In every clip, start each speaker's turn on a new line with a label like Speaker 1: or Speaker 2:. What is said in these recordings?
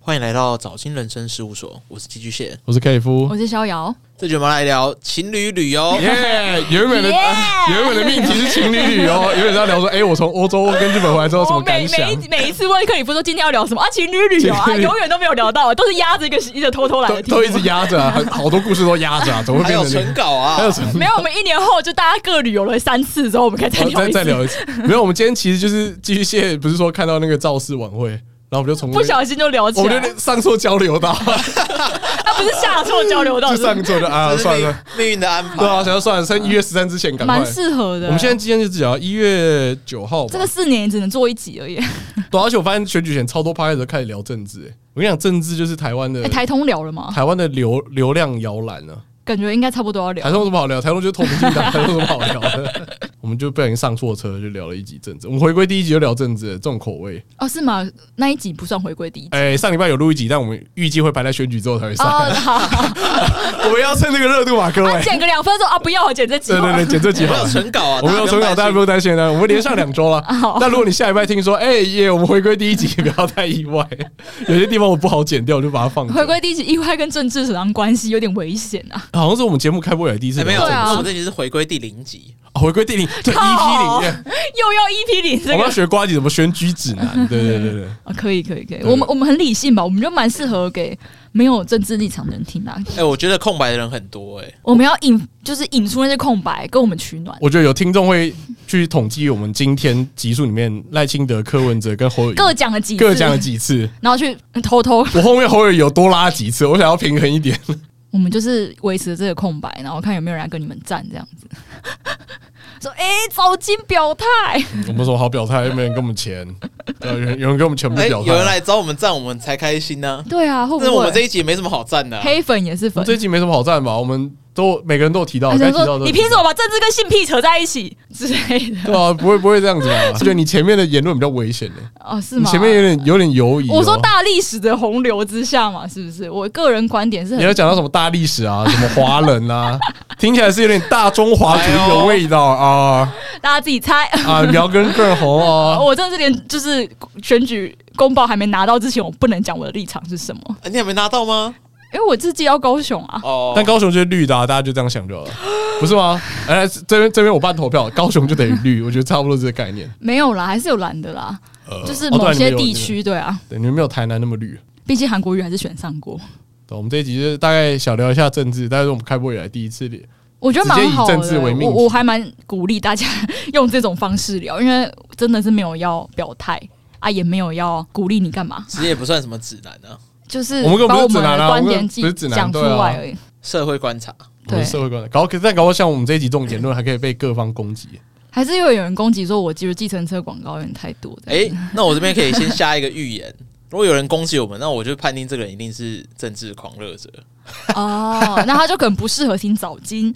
Speaker 1: 欢迎来到早金人生事务所，我是寄居蟹。
Speaker 2: 我是 K 夫
Speaker 3: 我，是逍遥，
Speaker 1: 这集我们来聊情侣旅 游。
Speaker 2: 耶、 原本的 原本的命题是情侣旅游，原本在聊说，哎、我从欧洲跟日本回来之后有什么
Speaker 3: 我每
Speaker 2: 感想
Speaker 3: 每？一每一次问克里夫说今天要聊什么啊，情侣旅游啊，
Speaker 2: 情侣
Speaker 3: 永远都没有聊到，都是压着一个一个偷偷来
Speaker 2: 都
Speaker 3: 的题目
Speaker 2: 都一直压 着、啊，很好多故事都压着啊，怎么会
Speaker 1: 还
Speaker 2: 变
Speaker 1: 有
Speaker 2: 成这样
Speaker 1: 存稿啊，
Speaker 2: 还有什么？
Speaker 3: 没有，我们一年后就大家各旅游了三次之后，我们可以再
Speaker 2: 然后
Speaker 3: 聊
Speaker 2: 再哦再
Speaker 3: 一次。
Speaker 2: 聊一次。没有，我们今天其实就是继续谢，不是说看到那个造势晚会，然后我们就从那
Speaker 3: 不
Speaker 2: 个
Speaker 3: 小心就聊起
Speaker 2: 我
Speaker 3: 来
Speaker 2: 们就，上错交流道，
Speaker 3: 他不是下错交流道，
Speaker 2: 就是
Speaker 3: 不
Speaker 2: 上错就啊
Speaker 1: 这是
Speaker 2: 算
Speaker 1: 命
Speaker 2: 了，
Speaker 1: 命运的安排
Speaker 2: 对。啊，想要算了，趁一月十三之前
Speaker 3: 是
Speaker 2: 赶快
Speaker 3: 蛮。适合的。
Speaker 2: 我们现在今天就只聊一月九号吧，
Speaker 3: 这个四年也只能做一集而已，
Speaker 2: 对啊，而且我发现选举前超多趴开始开始聊政治、欸，我跟你讲，政治就是台湾的、
Speaker 3: 哎台通聊了吗？
Speaker 2: 台湾的流流量摇篮呢。
Speaker 3: 感觉应该差不多要聊
Speaker 2: 台。中有什么好聊？台中就是投民进 党，台中有什么好聊的？我们就不小心上错车，就聊了一集政治。我们回归第一集就聊政治了，这种口味。
Speaker 3: 哦，是吗？那一集不算回归第一集。
Speaker 2: 哎、上礼拜有录一集，但我们预计会排在选举之后才会
Speaker 3: 哦，
Speaker 2: 上。
Speaker 3: 好，好
Speaker 2: 我们要趁这个热度嘛，各位。
Speaker 3: 啊，剪个两分钟啊，不要剪这集
Speaker 2: 对
Speaker 3: 好
Speaker 2: 对对，
Speaker 3: 了。
Speaker 2: 剪这集
Speaker 1: 我
Speaker 2: 好
Speaker 1: 们有
Speaker 2: 了。
Speaker 1: 存稿啊，
Speaker 2: 我们有存稿，大
Speaker 1: 大家
Speaker 2: 家不
Speaker 1: 不用
Speaker 2: 用担心了。我们连上两周了。但如果你下礼拜听说，哎、耶，我们回归第一集， 不要太意外。有些地方我不好剪掉，我就把它放着。
Speaker 3: 回归第一集，意外跟政治扯上关系，有点危险啊！
Speaker 2: 好像是我们节目开播以来第一次
Speaker 1: 哎没有，
Speaker 2: 聊
Speaker 1: 我
Speaker 2: 政治、
Speaker 3: 对啊
Speaker 1: 们这集是回归第零集，
Speaker 2: 哦回归第零，对 EP
Speaker 3: 靠
Speaker 2: 零。
Speaker 3: 又要 EP 零
Speaker 2: 我
Speaker 3: 这
Speaker 2: 们
Speaker 3: 个
Speaker 2: 要学瓜姐怎么选举指南。对对对对对。
Speaker 3: 啊，可以可以可以，
Speaker 2: 对
Speaker 3: 我们我们很理性吧，我们就蛮适合给没有政治立场的人听的啊、
Speaker 1: 哎，我觉得空白的人很多哎，
Speaker 3: 我们要引就是引出那些空白，跟我们取暖。
Speaker 2: 我觉得有听众会去统计我们今天集数里面赖清德、柯文哲跟侯友宜
Speaker 3: 各讲了几次，
Speaker 2: 各讲了几次。
Speaker 3: 然后去呃偷偷，
Speaker 2: 我后面侯友宜有多拉几次，我想要平衡一 点。
Speaker 3: 我们就是维持这个空白，然后看有没有人来跟你们站这样子。 说哎，早金表态，
Speaker 2: 我们说好表态，又没人给我们钱，对，有人有人给我们钱，我们
Speaker 1: 哎，
Speaker 2: 就表
Speaker 1: 有人
Speaker 2: 态。啊
Speaker 1: 来找我们站，我们才开心呢。
Speaker 3: 对啊，会不
Speaker 1: 但是我们这
Speaker 3: 会
Speaker 1: 一集也没什么好站的啊，
Speaker 3: 黑粉也是
Speaker 2: 我
Speaker 3: 粉
Speaker 2: 们？这一集没什么好赞吧？我们都每个人都有提到，
Speaker 3: 他
Speaker 2: 该
Speaker 3: 想
Speaker 2: 提到
Speaker 3: 说
Speaker 2: 的
Speaker 3: 哎你凭什么把政治跟性癖扯在一起 之类的？
Speaker 2: 对啊，不会不会这样子吧？ 觉得你前面的言论比较危险呢，
Speaker 3: 哦，是
Speaker 2: 你
Speaker 3: 吗？
Speaker 2: 前面有点有点犹疑哦。
Speaker 3: 我说大历史的洪流之下嘛，是不是？我个人观点是
Speaker 2: 你
Speaker 3: 很
Speaker 2: 要讲到什么大历史 啊，什么华人啊，听起来是有点大中华主义的味道啊
Speaker 3: 大家自己猜。
Speaker 2: 啊，苗根更红啊。
Speaker 3: 哦我真的是连就是选举公报还没拿到之前，我不能讲我的立场是什么，
Speaker 1: 哎你还没拿到吗？
Speaker 3: 因为我自己要高雄啊。
Speaker 1: 哦，
Speaker 2: 但高雄就是绿的、啊，大家就这样想就好了，不是吗？哎，这边这边我办投票，高雄就等于绿，我觉得差不多这个概念。
Speaker 3: 没有啦，还是有蓝的啦，
Speaker 2: 呃
Speaker 3: 就是某些地，
Speaker 2: 哦
Speaker 3: 区，对啊，
Speaker 2: 对你们有对，你们没有台南那么绿。
Speaker 3: 毕竟韩国瑜还是选上过，
Speaker 2: 对，我们这一集就是大概小聊一下政治，但是我们开播以来第一次聊，
Speaker 3: 我觉得蛮好
Speaker 2: 直接以政治
Speaker 3: 的
Speaker 2: 为。命
Speaker 3: 我我还蛮鼓励大家 用这种方式聊，因为真的是没有要表态啊，也没有要鼓励你干嘛，
Speaker 1: 其实也不算什么指南啊，
Speaker 3: 就是
Speaker 2: 我们根本
Speaker 3: 把
Speaker 2: 不是
Speaker 3: 我
Speaker 2: 指
Speaker 3: 们
Speaker 2: 南啊
Speaker 3: 的
Speaker 2: 我
Speaker 3: 观
Speaker 2: 们
Speaker 3: 点
Speaker 2: 不是指南
Speaker 3: 讲出
Speaker 2: 对啊
Speaker 3: 来而已。
Speaker 1: 社会观察。
Speaker 2: 我们
Speaker 3: 对，
Speaker 2: 社会观察。搞但搞到像我们这一集这种言论，还可以被各方攻击。
Speaker 3: 还是又有人攻击说，我记得计程车广告有点太多的。
Speaker 1: 哎、那我这边可以先下一个预言。如果有人攻击我们，那我就判定这个人一定是政治狂热者。
Speaker 3: 哦，那他就可能不适合听早金。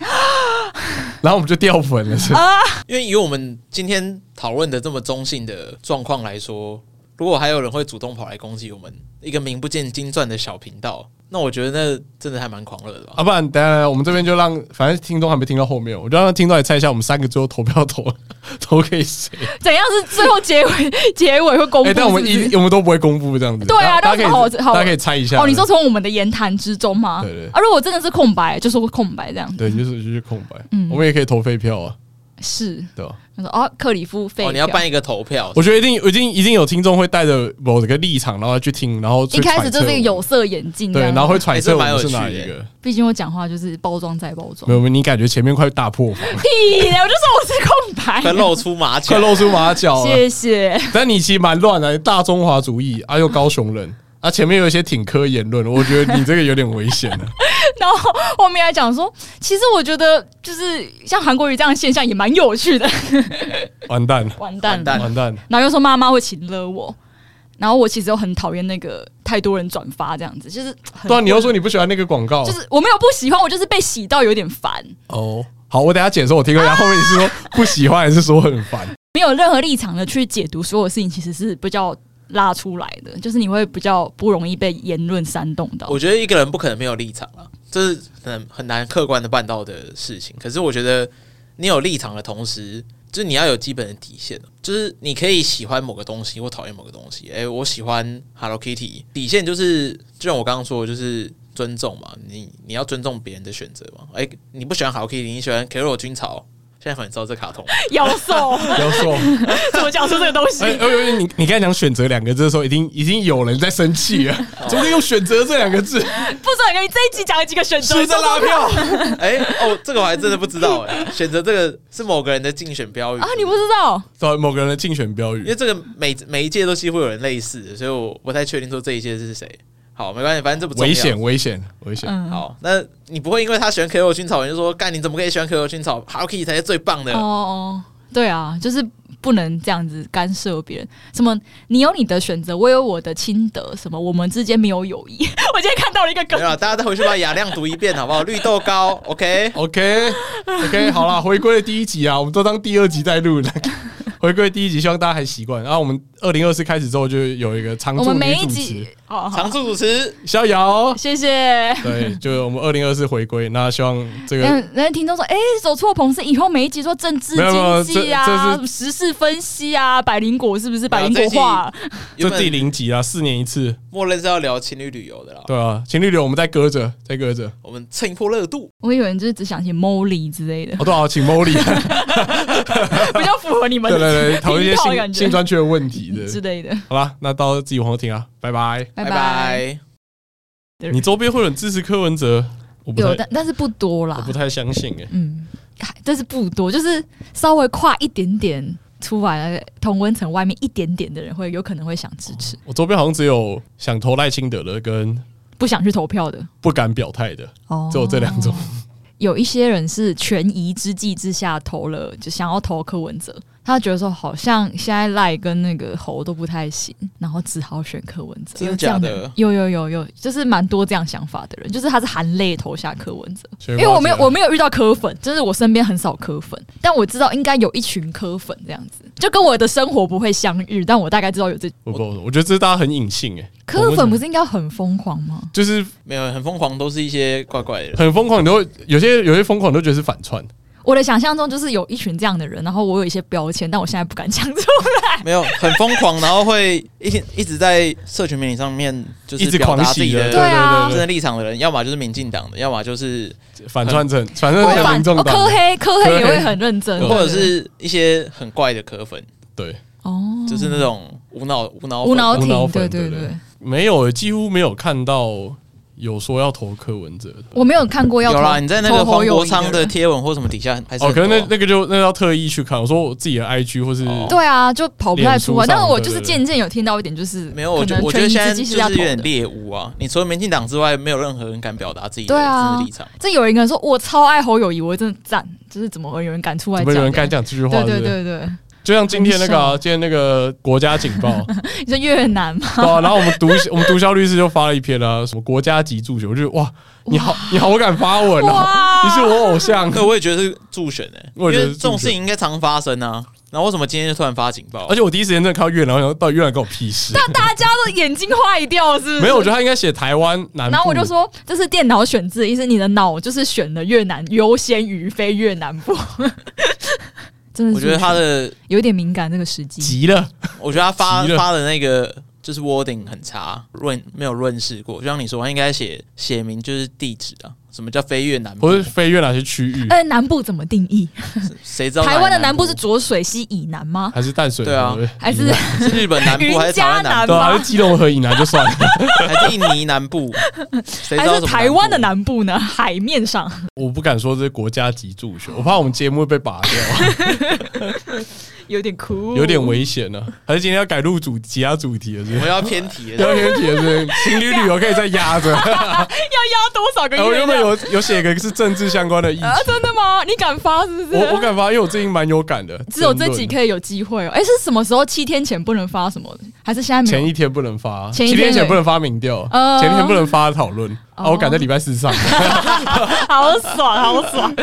Speaker 2: 然后我们就掉粉了，
Speaker 3: 啊
Speaker 2: 是吧
Speaker 1: 因为以我们今天讨论的这么中性的状况来说，如果还有人会主动跑来攻击我们一个名不见经传的小频道，那我觉得那真的还蛮狂热的吧。
Speaker 2: 啊，不然等一下我们这边就让，反正听众还没听到后面，我就让听众来猜一下我们三个最后投票投 投给谁。
Speaker 3: 怎样是最后结尾 结尾会公
Speaker 2: 哎、
Speaker 3: 布？
Speaker 2: 但我们
Speaker 3: 是不是
Speaker 2: 一我们都不会公布这样子。
Speaker 3: 对啊
Speaker 2: 大家大家
Speaker 3: 那有
Speaker 2: 可
Speaker 3: 什
Speaker 2: 以
Speaker 3: 么好好
Speaker 2: 大家可以猜一下。
Speaker 3: 哦，你说从我们的言谈之中吗？
Speaker 2: 对对
Speaker 3: 啊，如果真的是空白，就说空白这样。
Speaker 2: 对，就是就是空白。
Speaker 3: 嗯
Speaker 2: 我们也可以投废票啊，
Speaker 3: 是，
Speaker 2: 对吧？
Speaker 3: 他说哦，克里夫废
Speaker 1: 哦，你要
Speaker 3: 票
Speaker 1: 办一个投票，
Speaker 2: 我觉得一定一定一定有听众会带着某个立场，然后去听，然后去
Speaker 3: 一开始就
Speaker 2: 揣测
Speaker 3: 是有色眼镜
Speaker 2: 我们
Speaker 3: 这
Speaker 2: 对，
Speaker 3: 样。嗯
Speaker 2: 然后会揣测
Speaker 1: 哎这
Speaker 2: 我
Speaker 1: 蛮
Speaker 2: 们
Speaker 1: 有
Speaker 2: 是
Speaker 1: 趣
Speaker 2: 哪
Speaker 1: 的
Speaker 2: 一个。
Speaker 3: 毕竟我讲话就是包装再包装
Speaker 2: 没。有，你感觉前面快大破 防，
Speaker 3: 屁嘞！我就说我是 空白
Speaker 1: 快。露出马
Speaker 2: 快
Speaker 1: 脚。
Speaker 2: 露出马脚了。
Speaker 3: 谢谢。
Speaker 2: 但你其实蛮乱的，大中华主义啊，又高雄人啊，前面有一些挺科言论，我觉得你这个有点危险了。
Speaker 3: 然后后面还讲说，其实我觉得就是像韩国瑜这样的现象也蛮有趣的。
Speaker 2: 完蛋了，
Speaker 3: 完蛋
Speaker 1: 完
Speaker 3: 了，
Speaker 1: 蛋
Speaker 2: 完蛋了。
Speaker 3: 然后又说妈妈会请了我，然后我其实又很讨厌那个太多人转发这样子，就是很
Speaker 2: 对啊，你又说你不喜欢那个广告，
Speaker 3: 就是我没有不喜欢，我就是被洗到有点烦，
Speaker 2: 哦。好，我等一下解说，我听过一下。后面你是说不喜欢，还是说很烦？
Speaker 3: 没有任何立场的去解读所有事情，其实是比较拉出来的，就是你会比较不容易被言论煽动到。
Speaker 1: 我觉得一个人不可能没有立场啊，这是很很难客观的办到的事情。可是我觉得你有立场的同时，就是你要有基本的底线，啊就是你可以喜欢某个东西或讨厌某个东西。哎、我喜欢 Hello Kitty，底线就是就像我刚刚说的，就是尊重嘛，你你要尊重别人的选择嘛。哎、你不喜欢 Hello Kitty，你喜欢 Carol 军曹，现在很知道这卡通，
Speaker 3: 妖兽
Speaker 2: 妖兽。
Speaker 3: 怎么讲出这个东 西
Speaker 2: 哎，？我以为你你刚才讲选择两个字的时候，已经已经有人在生气 了，怎么可以用选择这两个字？
Speaker 3: 不准你这一集讲几个选
Speaker 2: 是
Speaker 3: 择
Speaker 2: 不？ 是在拉票？
Speaker 1: 哎、哦，这个我还真的不知道哎、选择这个是某个人的竞选标语
Speaker 3: 啊，你不知道？
Speaker 2: 找某个人的竞选标
Speaker 1: 因为
Speaker 2: 语，
Speaker 1: 这个每每一届都几乎有人类似的，所以我不太确定说这一届是谁。好，没关系，反正这不重要
Speaker 2: 危险，危险，危险！
Speaker 3: 嗯，
Speaker 1: 好，那你不会因为他喜欢 KO 薰草，你就说干你怎么可以喜欢 KO 薰草？Hello Kitty 才是最棒的。
Speaker 3: 哦哦，对啊，就是不能这样子干涉别人。什么，你有你的选择，我有我的亲德，什么，我们之间没有友谊。 我今天看到了一个
Speaker 1: 没
Speaker 3: 梗
Speaker 1: 有，啦，啊大家再回去把雅量读一遍好不好？绿豆糕，OK。
Speaker 2: OK OK，好啦，回归的第一集啊，我们都当第二集在录 了。回归第一集，希望大家还习惯。然后啊我们二零二四开始之后，就有一个常
Speaker 3: 我
Speaker 2: 驻
Speaker 3: 们
Speaker 2: 女
Speaker 3: 每一
Speaker 2: 主
Speaker 3: 集
Speaker 2: 持
Speaker 3: 哦，好，
Speaker 1: 常驻主持，
Speaker 2: 逍遥。
Speaker 3: 谢谢。
Speaker 2: 对，就是我们二零二四回归。那希望这个
Speaker 3: 嗯，那听众说，哎、走错棚是以后每一集说政治
Speaker 2: 没有没有
Speaker 3: 经济啊
Speaker 2: 这这、
Speaker 3: 时事分析啊、百灵果是不是百灵
Speaker 1: 没有这一
Speaker 3: 果
Speaker 1: 集
Speaker 3: 化？
Speaker 2: 这
Speaker 1: 原
Speaker 2: 第
Speaker 1: 本
Speaker 2: 零集啊，四年一次，
Speaker 1: 默认是要聊情侣旅游的啦。
Speaker 2: 对啊，情侣流我们在搁着，在搁着。
Speaker 1: 我们蹭一波热度，
Speaker 3: 我以为你就是只想写 Molly 之类 的，
Speaker 2: 哦，对啊，请 Molly，
Speaker 3: 比较符合你们
Speaker 2: 对对 对，讨论一些
Speaker 3: 频道感
Speaker 2: 性
Speaker 3: 觉
Speaker 2: 性专区的问题
Speaker 3: 之
Speaker 2: 的。
Speaker 3: 类的。
Speaker 2: 好啦，那到自己往后听啊，拜拜。
Speaker 3: 拜。
Speaker 1: 拜。
Speaker 2: 你周边会有人支持柯文哲？我不
Speaker 3: 有，
Speaker 2: 太，
Speaker 3: 但但是不多
Speaker 2: 我
Speaker 3: 啦
Speaker 2: 不。太相信哎。
Speaker 3: 嗯，哎但是不多，就是稍微跨一点点出来了，同温层外面一点点的人会有可能会想支持，
Speaker 2: 我周边好像只有想投赖清德的跟
Speaker 3: 不想去投票的。
Speaker 2: 不敢表态的，
Speaker 3: 哦
Speaker 2: 只有这两 种。
Speaker 3: 有一些人是权宜之计之下投了，就想要投柯文哲，他觉得说好像现在赖跟那个侯都不太行，然后只好选柯文哲。
Speaker 1: 真的
Speaker 3: 有这样
Speaker 1: 假的
Speaker 3: 人有有有有，就是蛮多这样想法的人，就是他是含泪投下柯文哲。
Speaker 2: 因
Speaker 3: 因为我没有我没有遇到柯粉，就是我身边很少柯粉，但我知道应该有一群柯粉这样子，就跟我的生活不会相遇，但我大概知道有这
Speaker 2: 我不，我觉得这是大家很隐性哎。
Speaker 3: 柯粉不
Speaker 2: 是
Speaker 3: 是应该很疯狂吗？
Speaker 1: 嗯
Speaker 2: 就是
Speaker 1: 没有很疯狂，都是一些怪怪的人。
Speaker 2: 很疯狂，你都会有些有些疯狂都觉得是反串。
Speaker 3: 我的想象中就是有一群这样的人，然后我有一些标签，但我现在不敢讲出
Speaker 1: 没有很疯狂，然后会一天一直在社群媒体上面就是
Speaker 2: 一直
Speaker 1: 表
Speaker 2: 狂
Speaker 1: 达自
Speaker 2: 喜
Speaker 1: 己
Speaker 2: 的，
Speaker 1: 的
Speaker 3: 对啊
Speaker 1: 真的立场的人，要么就是民进党的，要么就是
Speaker 2: 反串成反 串
Speaker 3: 来。
Speaker 2: 成民众
Speaker 3: 哦
Speaker 2: 党
Speaker 3: 柯
Speaker 2: 的，
Speaker 3: 黑柯黑也
Speaker 2: 柯黑
Speaker 3: 会很认真，
Speaker 1: 或者是一些很怪的科粉，
Speaker 2: 对，
Speaker 3: 哦，
Speaker 1: 就是那种无脑无脑
Speaker 3: 无脑
Speaker 2: 无脑
Speaker 3: 挺，对
Speaker 2: 粉
Speaker 3: 对
Speaker 2: 对对
Speaker 3: 对，
Speaker 2: 没有，欸几乎没有看到有说要投柯文哲的。
Speaker 3: 我没有看过要
Speaker 1: 有啦，
Speaker 3: 投
Speaker 1: 你在那
Speaker 3: 投
Speaker 1: 个
Speaker 3: 侯
Speaker 1: 黄
Speaker 3: 友
Speaker 1: 国
Speaker 3: 宜
Speaker 1: 昌的
Speaker 3: 人
Speaker 1: 贴文或什么底下还是
Speaker 2: 哦，
Speaker 1: 很多啊
Speaker 2: 可能那那个就那要特意去看。我说我自己的 IG 或是
Speaker 1: 哦
Speaker 3: 对啊，就跑不太出
Speaker 2: 脸书上
Speaker 3: 来。但是我就
Speaker 2: 对
Speaker 3: 是
Speaker 2: 对对
Speaker 3: 渐渐有听到一点，就是
Speaker 1: 没有，我觉
Speaker 3: 可能
Speaker 1: 我觉得
Speaker 3: 权
Speaker 1: 现
Speaker 3: 宜
Speaker 1: 在
Speaker 3: 之
Speaker 1: 就
Speaker 3: 计
Speaker 1: 是
Speaker 3: 下
Speaker 1: 有
Speaker 3: 投的
Speaker 1: 点猎物啊！你除了民进党之外，没有任何人敢表达自己的
Speaker 3: 对啊
Speaker 1: 政治立场。
Speaker 3: 这有一个人说我超爱侯友谊，我真的赞，就是怎么会有人敢出来
Speaker 2: 怎
Speaker 3: 讲的？
Speaker 2: 么有人敢讲这句话？
Speaker 3: 对
Speaker 2: 是不
Speaker 3: 对
Speaker 2: 是
Speaker 3: 对对，
Speaker 2: 就像今天那个、啊，今天那个国家警报，
Speaker 3: 你说越南嘛，
Speaker 2: 对啊，然后我们毒我们毒枭律师就发了一篇啊，什么国家级助选，我就觉得哇，你好你好敢发文哦、
Speaker 3: 哇
Speaker 2: 你是我偶像，
Speaker 1: 可我也觉得是助选哎、因
Speaker 2: 我也觉
Speaker 1: 为
Speaker 2: 得是
Speaker 1: 这种
Speaker 2: 助选
Speaker 1: 事情应该常发生啊。然后为什么今天就突然发警报？
Speaker 2: 而且我第一时间真的看到越南，我想说到底越南跟我屁事？
Speaker 3: 大家都眼睛坏掉是不是？
Speaker 2: 没有，我觉得他应该写台湾南部，
Speaker 3: 然后我就说，这是电脑选字，意思你的脑就是选了越南优先于非越南部， 真的是
Speaker 1: 我觉得他的，
Speaker 3: 有点敏感这个时机。
Speaker 2: 急了，
Speaker 1: 我觉得他发
Speaker 2: 急了
Speaker 1: 发的那个就是 wording 很差，润没有润饰过。就像你说，他应该写写明就是地址啊，什么叫飞越南部
Speaker 2: 我？是飞越哪些区域，
Speaker 3: 呃，南部怎么定义？
Speaker 1: 谁知道哪里
Speaker 3: 台湾的南
Speaker 1: 部
Speaker 3: 部是浊水溪以南吗？
Speaker 2: 还是淡水河
Speaker 1: 对啊
Speaker 3: 还是
Speaker 2: 以南
Speaker 1: 是日本南 部还是台湾南部
Speaker 2: 对啊，还
Speaker 3: 吧
Speaker 2: 是基隆河以南就算了。
Speaker 1: 还是印尼南部？谁知
Speaker 3: 还
Speaker 1: 道
Speaker 3: 是
Speaker 1: 什么
Speaker 3: 台湾的
Speaker 1: 南
Speaker 3: 南部呢？海面上
Speaker 2: 我不敢说这是国家级助选，我怕我们节目会被拔掉，
Speaker 3: 有点酷，
Speaker 2: 有点危险呢、啊。还是今天要改录主其他主题了，是不
Speaker 1: 部？
Speaker 2: 是
Speaker 1: 我？要偏 题了。
Speaker 2: 聊天题 是情侣旅游可以再压着。
Speaker 3: 要压多少个
Speaker 2: 哎我
Speaker 3: 月
Speaker 2: 原本
Speaker 3: 亮？
Speaker 2: 有有写一个是政治相关的议题，
Speaker 3: 啊，真的吗？你敢发是不是？啊
Speaker 2: 我我敢发，因为我最近蛮有感的。
Speaker 3: 只有这几
Speaker 2: 天，
Speaker 3: 可以有机会哦。哎、是什么时候？七天前不能发什么？还是现在没
Speaker 2: 前
Speaker 3: 有？
Speaker 2: 一天不能发，
Speaker 3: 前一
Speaker 2: 七
Speaker 3: 天
Speaker 2: 天前
Speaker 3: 对
Speaker 2: 不能发民调，
Speaker 3: 呃
Speaker 2: 前一天不能发讨论啊。
Speaker 3: 哦
Speaker 2: 我赶在礼拜四上，
Speaker 3: 好爽，好爽，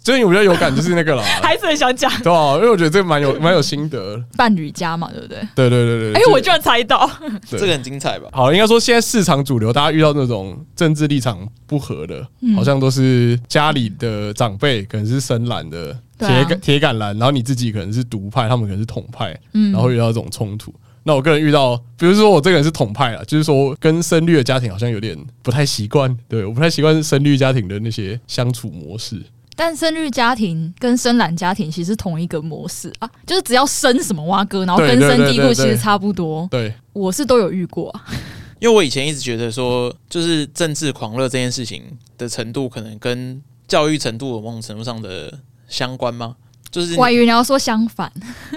Speaker 2: 最近我比较有感就是那个啦，
Speaker 3: 还是很想讲
Speaker 2: 对啊，因为我觉得这蛮有蛮有心得的。
Speaker 3: 伴侣家嘛，对不对？
Speaker 2: 对对对对，
Speaker 3: 哎、
Speaker 2: 就
Speaker 3: 我居然猜到，
Speaker 2: 对
Speaker 1: 这个很精彩吧？
Speaker 2: 好，应该说现在市场主流，大家遇到那种政
Speaker 3: 嗯
Speaker 2: 治立场不合的，好像都是家里的长辈，可能是深蓝的，
Speaker 3: 对
Speaker 2: 铁
Speaker 3: 啊
Speaker 2: 杆铁杆蓝，然后你自己可能是独派，他们可能是统派，
Speaker 3: 嗯，
Speaker 2: 然后遇到这种冲突。那我个人遇到，比如说我这个人是统派啊，就是说跟深绿的家庭好像有点不太习惯，对，我不太习惯深绿家庭的那些相处模式。
Speaker 3: 但深绿家庭跟深蓝家庭其实是同一个模式啊，就是只要深什么蛙哥，然后
Speaker 2: 对
Speaker 3: 根
Speaker 2: 对
Speaker 3: 深
Speaker 2: 对
Speaker 3: 蒂
Speaker 2: 对
Speaker 3: 固，其
Speaker 2: 对
Speaker 3: 实差不多。
Speaker 2: 对，
Speaker 3: 我是都有遇过啊，
Speaker 1: 因为我以前一直觉得说，就是政治狂热这件事情的程度，可能跟教育程度有某种程度上的相关吗？就是你
Speaker 3: 我还以为你要说相反，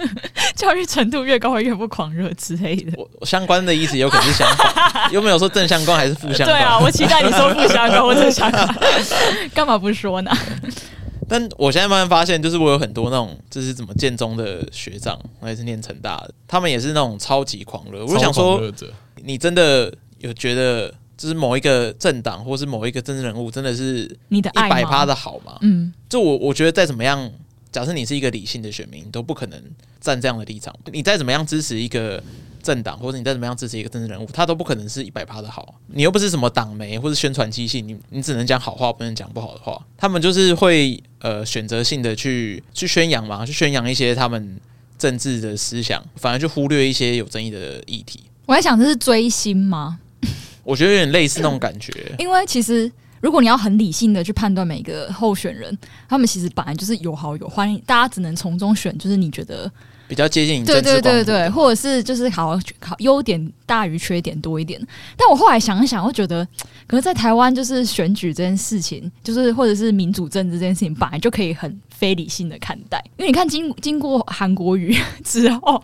Speaker 3: 教育程度越高会越不狂热之类的。
Speaker 1: 我我相关的意思有可能是相反，又没有说正相关还是负相
Speaker 3: 对啊，
Speaker 1: 关。
Speaker 3: 我期待你说不相关，我只想干嘛不说 呢？
Speaker 1: 但我现在慢慢发现，就是我有很多那种，就是怎么建中的学长，我也是念成大的，他们也是那种超级狂热。我就想
Speaker 2: 超
Speaker 1: 说
Speaker 2: 狂，热者，
Speaker 1: 你真的有觉得，就是某一个政党或是某一个政治人物，真的是一
Speaker 3: 你的爱
Speaker 1: 百趴
Speaker 3: 吗？
Speaker 1: 的好吗？
Speaker 3: 嗯，
Speaker 1: 就我我觉得再怎么样，假设你是一个理性的选民，你都不可能站这样的立场。你再怎么样支持一个政党，或者你再怎么样支持一个政治人物，他都不可能是一百趴的好。你又不是什么党媒或者宣传机器，你你只能讲好话，不能讲不好的话。他们就是会呃选择性的去去宣扬嘛，去宣扬一些他们政治的思想，反而就忽略一些有争议的议题。
Speaker 3: 我在想这是追星吗？
Speaker 1: 我觉得有点类似那种感觉。
Speaker 3: 因为其实如果你要很理性的去判断每个候选人，他们其实本来就是有好有坏，大家只能从中选，就是你觉得
Speaker 1: 比较接近你政
Speaker 3: 对
Speaker 1: 治
Speaker 3: 对
Speaker 1: 光
Speaker 3: 对
Speaker 1: 谱
Speaker 3: 对，或者是就是好好优点大于缺点多一点。但我后来想一想，我觉得可是，在台湾就是选举这件事情，就是或者是民主政治这件事情，本来就可以很非理性的看待，因为你看经经过韩国瑜之后，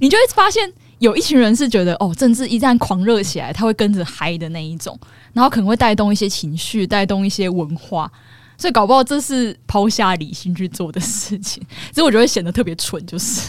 Speaker 3: 你就会发现。有一群人是觉得哦，政治一旦狂热起来，他会跟着嗨的那一种，然后可能会带动一些情绪，带动一些文化，所以搞不好这是抛下理性去做的事情， 所以我觉得显得特别蠢，就是。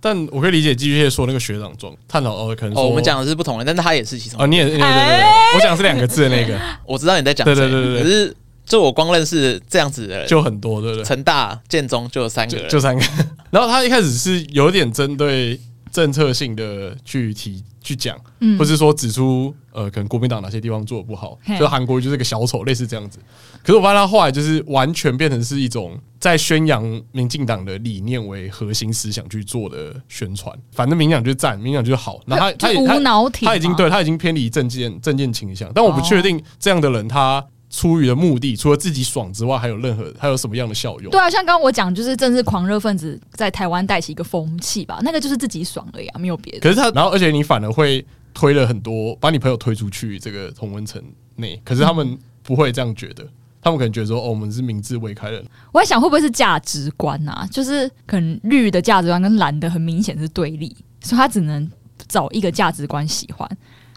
Speaker 2: 但我可以理解机械说那个学长装探讨哦，可能
Speaker 1: 哦，
Speaker 2: 说
Speaker 1: 我们讲的是不同人，但是他也是其中一个
Speaker 2: 哦，你也对对对对对，我讲的是两个字的那个，
Speaker 1: 我知道你在讲
Speaker 2: 对
Speaker 1: 谁，
Speaker 2: 对对对对
Speaker 1: 可是就我光认识这样子的人，
Speaker 2: 就很多，对不对？
Speaker 1: 成大、建中就有三个
Speaker 2: 就
Speaker 1: 人，
Speaker 2: 就三个。 然后他一开始是有点针对政策性的去提去讲，
Speaker 3: 嗯
Speaker 2: 或是说指出呃，可能国民党哪些地方做的不好，
Speaker 3: 嘿
Speaker 2: 就韩国瑜就是个小丑，类似这样子。可是我发现他后来就是完全变成是一种在宣扬民进党的理念为核心思想去做的宣传，反正民进党就是赞，民进党就是好。然后他他
Speaker 3: 就
Speaker 2: 也
Speaker 3: 无
Speaker 2: 他
Speaker 3: 脑挺
Speaker 2: 他已经
Speaker 3: 嘛
Speaker 2: 对他已经偏离政见政见倾向，但我不
Speaker 3: 哦
Speaker 2: 确定这样的人他出于的目的，除了自己爽之外，还有任何还有什么样的效用？
Speaker 3: 对啊，像刚刚我讲，就是政治狂热分子在台湾带起一个风气吧，那个就是自己爽而已、啊，没有别的。
Speaker 2: 可是他，然后而且你反而会推了很多，把你朋友推出去这个同温层内，可是他们不会这样觉得，他们可能觉得说，哦，我们是明智未开的 人，
Speaker 3: 我在想，会不会是价值观啊？就是可能绿的价值观跟蓝的很明显是对立，所以他只能找一个价值观喜欢，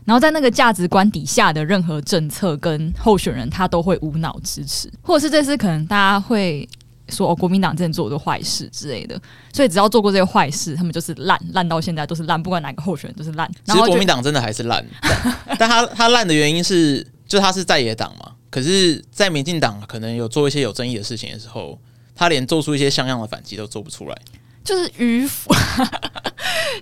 Speaker 3: 然后在那个价值观底下的任何政策跟候选人，他都会无脑支持，或者是这次可能大家会。说哦，国民党之前做的坏事之类的，所以只要做过这些坏事，他们就是烂，烂到现在都是烂，不管哪个候选人都是烂。
Speaker 1: 其
Speaker 3: 然
Speaker 1: 实
Speaker 3: 后
Speaker 1: 国
Speaker 3: 就
Speaker 1: 民党真的还 是烂，但但他他烂的原因是，就他是在野党嘛，可是，在民进党可能有做一些有争议的事情的时候，他连做出一些像样的反击都做不出来。
Speaker 3: 就是迂腐，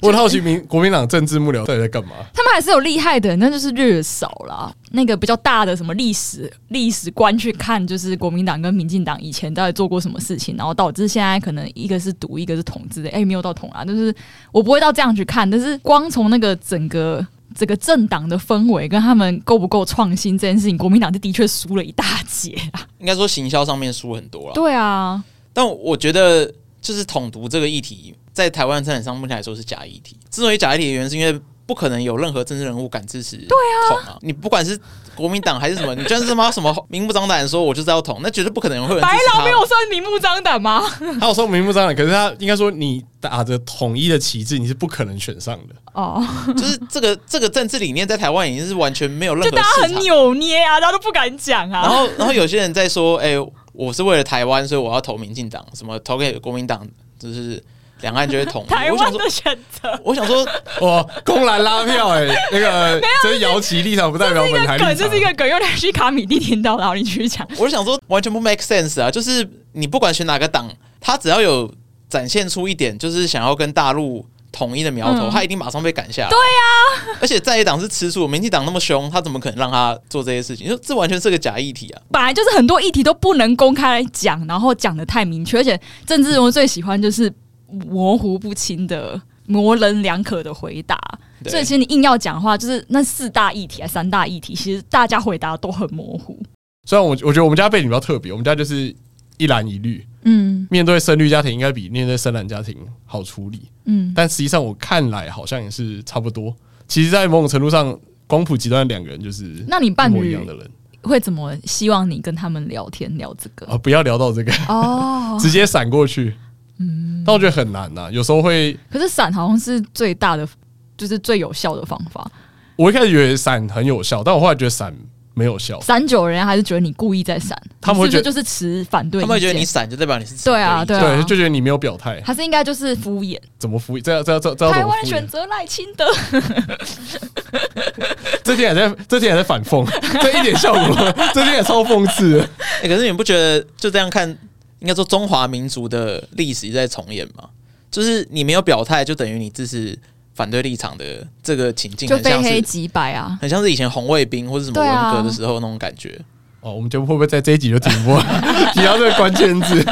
Speaker 2: 我很好奇民国民党政治幕僚到底在干嘛？
Speaker 3: 他们还是有厉害的，那就是略少啦。那个比较大的什么历史历史观去看，就是国民党跟民进党以前到底做过什么事情，然后导致现在可能一个是独，一个是统之类。哎、没有到统啊，就是我不会到这样去看，但是光从那个整个。这个政党的氛围跟他们够不够创新这件事情，国民党就的确输了一大截啊。
Speaker 1: 应该说行销上面输很多了，
Speaker 3: 对啊，
Speaker 1: 但我觉得就是统独这个议题，在台湾政坛上目前来说是假议题。之所以假议题的原因，是因为不可能有任何政治人物敢支持 对啊，啊你不管是国民党还是什么，你就算是他妈什么明目张胆地说我就是要统，那绝对不可能会有人支
Speaker 3: 白
Speaker 1: 持他
Speaker 3: 老没有算明目张胆吗？
Speaker 2: 他有说明目张胆，可是他应该说你打着统一的旗帜，你是不可能选上的。
Speaker 3: 哦，
Speaker 1: 就是这个这个政治理念在台湾已经是完全没有任何
Speaker 3: 就
Speaker 1: 市
Speaker 3: 大家很
Speaker 1: 场。
Speaker 3: 扭捏啊，大家都不敢讲啊。
Speaker 1: 然后然后有些人在说，哎、我是为了台湾，所以我要投民进党，什么投给国民党，就是两岸就会统一。
Speaker 3: 台
Speaker 1: 我想
Speaker 3: 湾
Speaker 1: 说，
Speaker 3: 的选择，
Speaker 1: 我想说，
Speaker 2: 哇，哦公然拉票 哎、那个这是摇旗立场，不代表啊本台立
Speaker 3: 梗，
Speaker 2: 场。
Speaker 3: 这是一个梗，用来去卡米蒂听到，然后你继续讲。
Speaker 1: 我想说，完全不 make sense 啊！就是你不管选哪个党，他只要有展现出一点，就是想要跟大陆统一的苗头，
Speaker 3: 嗯啊
Speaker 1: 他一定马上被赶下来。对呀、而且在野党是吃素，民进党那么凶，他怎么可能让他做这些事情？就这完全是个假议题啊！
Speaker 3: 本来就是很多议题都不能公开来讲，然后讲的太明确，而且政治人物最喜欢就是模糊不清的、模棱两可的回答。
Speaker 1: 对
Speaker 3: 所以其实你硬要讲的话，就是那四大议题、三大议题，其实大家回答都很模糊。
Speaker 2: 虽然我我觉得我们家背景比较特别，我们家就是一蓝一绿，
Speaker 3: 嗯
Speaker 2: 面对深绿家庭应该比面对深蓝家庭好处理，
Speaker 3: 嗯，
Speaker 2: 但实际上我看来好像也是差不多。其实，在某种程度上，光谱极端的两个人就是
Speaker 3: 那你伴
Speaker 2: 一模一
Speaker 3: 侣
Speaker 2: 样的人
Speaker 3: 会怎么希望你跟他们聊天聊这个？
Speaker 2: 啊！不要聊到这个，
Speaker 3: 哦，嗯
Speaker 2: 直接闪过去。但我觉得很难呐、有时候会，
Speaker 3: 可是伞好像是最大的，就是最有效的方法。
Speaker 2: 我一开始以为闪很有效，但我后来觉得闪没有效。
Speaker 3: 闪久了人家还是觉得你故意在闪，
Speaker 2: 他们会
Speaker 3: 你
Speaker 2: 觉
Speaker 3: 是不
Speaker 2: 得
Speaker 3: 是就是持反对意
Speaker 1: 他
Speaker 3: 见，
Speaker 1: 们会觉得你闪，就代表你是
Speaker 3: 对啊
Speaker 1: 持
Speaker 3: 对
Speaker 1: 意见
Speaker 3: 啊
Speaker 2: 对，就觉得你没有表态，
Speaker 3: 还是应该就是敷衍。
Speaker 2: 怎么敷衍？这样这样这样这样怎
Speaker 3: 台
Speaker 2: 么
Speaker 3: 湾
Speaker 2: 敷
Speaker 3: 选
Speaker 2: 衍？
Speaker 3: 择赖清德，
Speaker 2: 这天也在，这天也在反讽，这一点效果，这天也超讽刺的。
Speaker 1: 欸可是你不觉得就这样看，应该说中华民族的历史一直在重演吗？就是你没有表态，就等于你支持反对立场的这个情境，
Speaker 3: 就
Speaker 1: 很
Speaker 3: 非
Speaker 1: 像
Speaker 3: 黑
Speaker 1: 是
Speaker 3: 即白啊。
Speaker 1: 很像是以前红卫兵或者什么
Speaker 3: 对啊
Speaker 1: 文革的时候那种感觉。
Speaker 2: 哦，我们节目会不会在这一集就停播？ 提到这个关键字，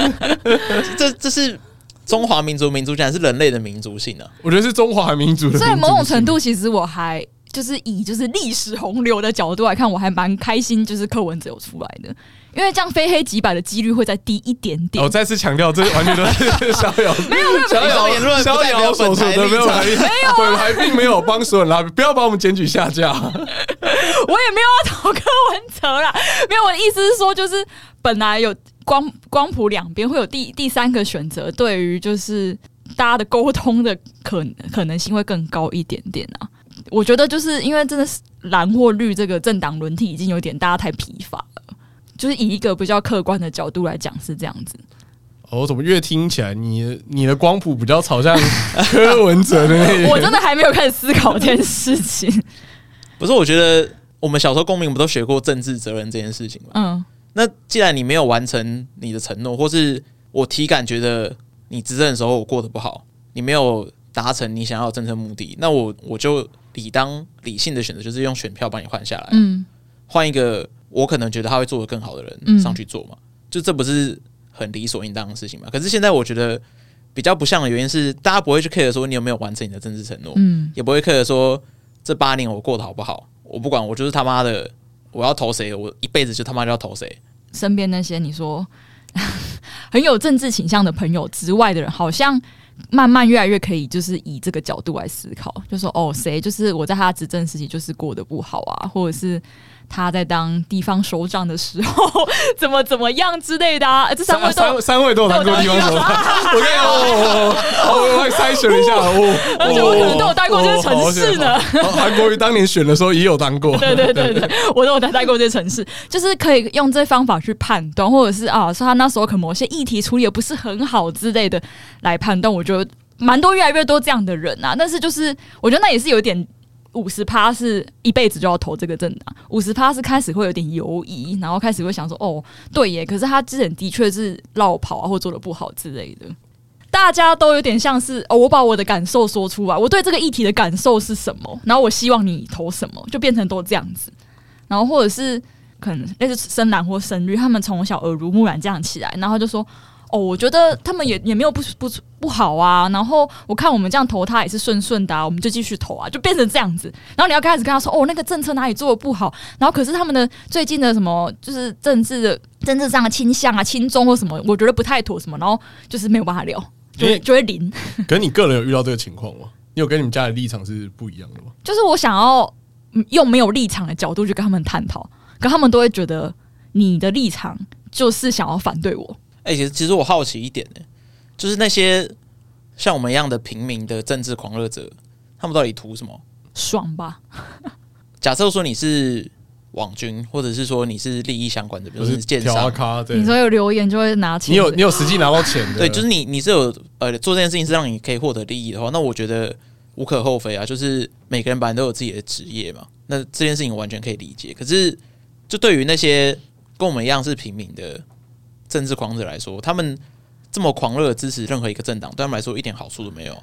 Speaker 1: 这这是中华民族民族，竟然是人类的民族性啊！
Speaker 2: 我觉得是中华民族的民族
Speaker 3: 所
Speaker 2: 性。
Speaker 3: 以某种程度，其实我还就是以就是历史洪流的角度来看，我还蛮开心，就是柯文哲有出来的，因为这样非黑即白的几率会再低一点
Speaker 2: 哦，
Speaker 3: 点
Speaker 2: 我。再次强调，这完全都是 逍遥，没有逍
Speaker 1: 以上
Speaker 2: 遥
Speaker 1: 言论不
Speaker 2: 逍
Speaker 1: 代表
Speaker 2: 遥
Speaker 1: 本
Speaker 2: 所说
Speaker 1: 台
Speaker 2: 的，
Speaker 1: 立
Speaker 2: 没有
Speaker 1: 场
Speaker 2: 台立，没
Speaker 3: 啊
Speaker 2: 有，本台并没有帮所有人拉，不要把我们检举下架。
Speaker 3: 我也没有要投柯文哲啦， 没有我的意思是说，就是本来有光光谱两边会有第第三个选择，对于就是大家的沟通的可可能性会更高一点点啊。我觉得就是因为真的是蓝或绿这个政党轮替已经有点大家太疲乏了，就是以一个比较客观的角度来讲是这样子。
Speaker 2: 哦，怎么越听起来你你的光谱比较朝向柯文哲的那一
Speaker 3: 我真的还没有开始思考这件事情。
Speaker 1: 不是，我觉得我们小时候公民不都学过政治责任这件事情吗？
Speaker 3: 嗯，
Speaker 1: 那既然你没有完成你的承诺，或是我体感觉得你执政的时候我过得不好，你没有达成你想要的政策目的，那我我就理当理性的选择就是用选票把你换下来，
Speaker 3: 嗯，
Speaker 1: 换一个我可能觉得他会做得更好的
Speaker 3: 嗯
Speaker 1: 人上去做嘛，就这不是很理所应当的事情嘛？可是现在我觉得比较不像的原因是，大家不会去 care 说你有没有完成你的政治承诺，
Speaker 3: 嗯，
Speaker 1: 也不会 care 说这八年我过得好不好，我不管，我就是他妈的我要投谁，我一辈子就他妈就要投谁。
Speaker 3: 身边那些你说 很有政治倾向的朋友之外的人，好像慢慢越来越可以就是以这个角度来思考，就说哦，谁就是我在他执政时期就是过得不好啊，或者是。他在当地方首长的时候， 怎么怎么样之类的啊？呃这三位
Speaker 2: 三
Speaker 3: 都有
Speaker 2: 三三位都有当过地方首长，我跟你讲，哦哦哦我我筛选了一下，哦，
Speaker 3: 而且我可能都有待过这些城市呢
Speaker 2: 哦。好好好韩国瑜当年选的时候也有当过，
Speaker 3: 对对对对，我都有待待过这些城市，就是可以用这方法去判断，或者是啊，说他那时候可能某些议题处理的不是很好之类的来判断。我觉得蛮多越来越多这样的人啊，但是就是我觉得那也是有点。五十趴是一辈子就要投这个政党，五十趴是开始会有点犹疑，然后开始会想说，哦，对耶，可是他之前的确是绕跑啊，或做的不好之类的。大家都有点像是哦，我把我的感受说出来，我对这个议题的感受是什么，然后我希望你投什么，就变成都这样子。然后或者是可能类似深蓝或深绿，他们从小耳濡目染这样起来，然后就说哦，我觉得他们也也没有不不不好啊，然后我看我们这样投他也是顺顺的、啊，我们就继续投啊，就变成这样子。然后你要开始跟他说哦，那个政策哪里做的不好，然后可是他们的最近的什么就是政治的政治上的倾向啊、亲中或什么，我觉得不太妥什么，然后就是没有办法聊。就
Speaker 2: 因
Speaker 3: 会
Speaker 2: 为
Speaker 3: 就会零，
Speaker 2: 可是你个人有遇到这个情况吗？你有跟你们家的立场是不一样的吗？
Speaker 3: 就是我想要嗯用没有立场的角度去跟他们探讨，可他们都会觉得你的立场就是想要反对我。
Speaker 1: 哎、其实其实我好奇一点呢、就是那些像我们一样的平民的政治狂热者，他们到底图什么？
Speaker 3: 爽吧？
Speaker 1: 假设说你是网军，或者是说你是利益相关的，比如
Speaker 2: 就
Speaker 1: 说你
Speaker 2: 是
Speaker 1: 是建
Speaker 2: 调啊
Speaker 1: 商，
Speaker 2: 咖，对
Speaker 3: 你，说有留言就会拿钱，
Speaker 2: 你有你有实际拿到钱 的，
Speaker 1: 对，就是你你是有呃做这件事情是让你可以获得利益的话，那我觉得无可厚非啊，就是每个人本来都有自己的职业嘛，那这件事情我完全可以理解。可是，就对于那些跟我们一样是平民的政治狂者来说，他们这么狂热的支持任何一个政党，对他们来说一点好处都没有。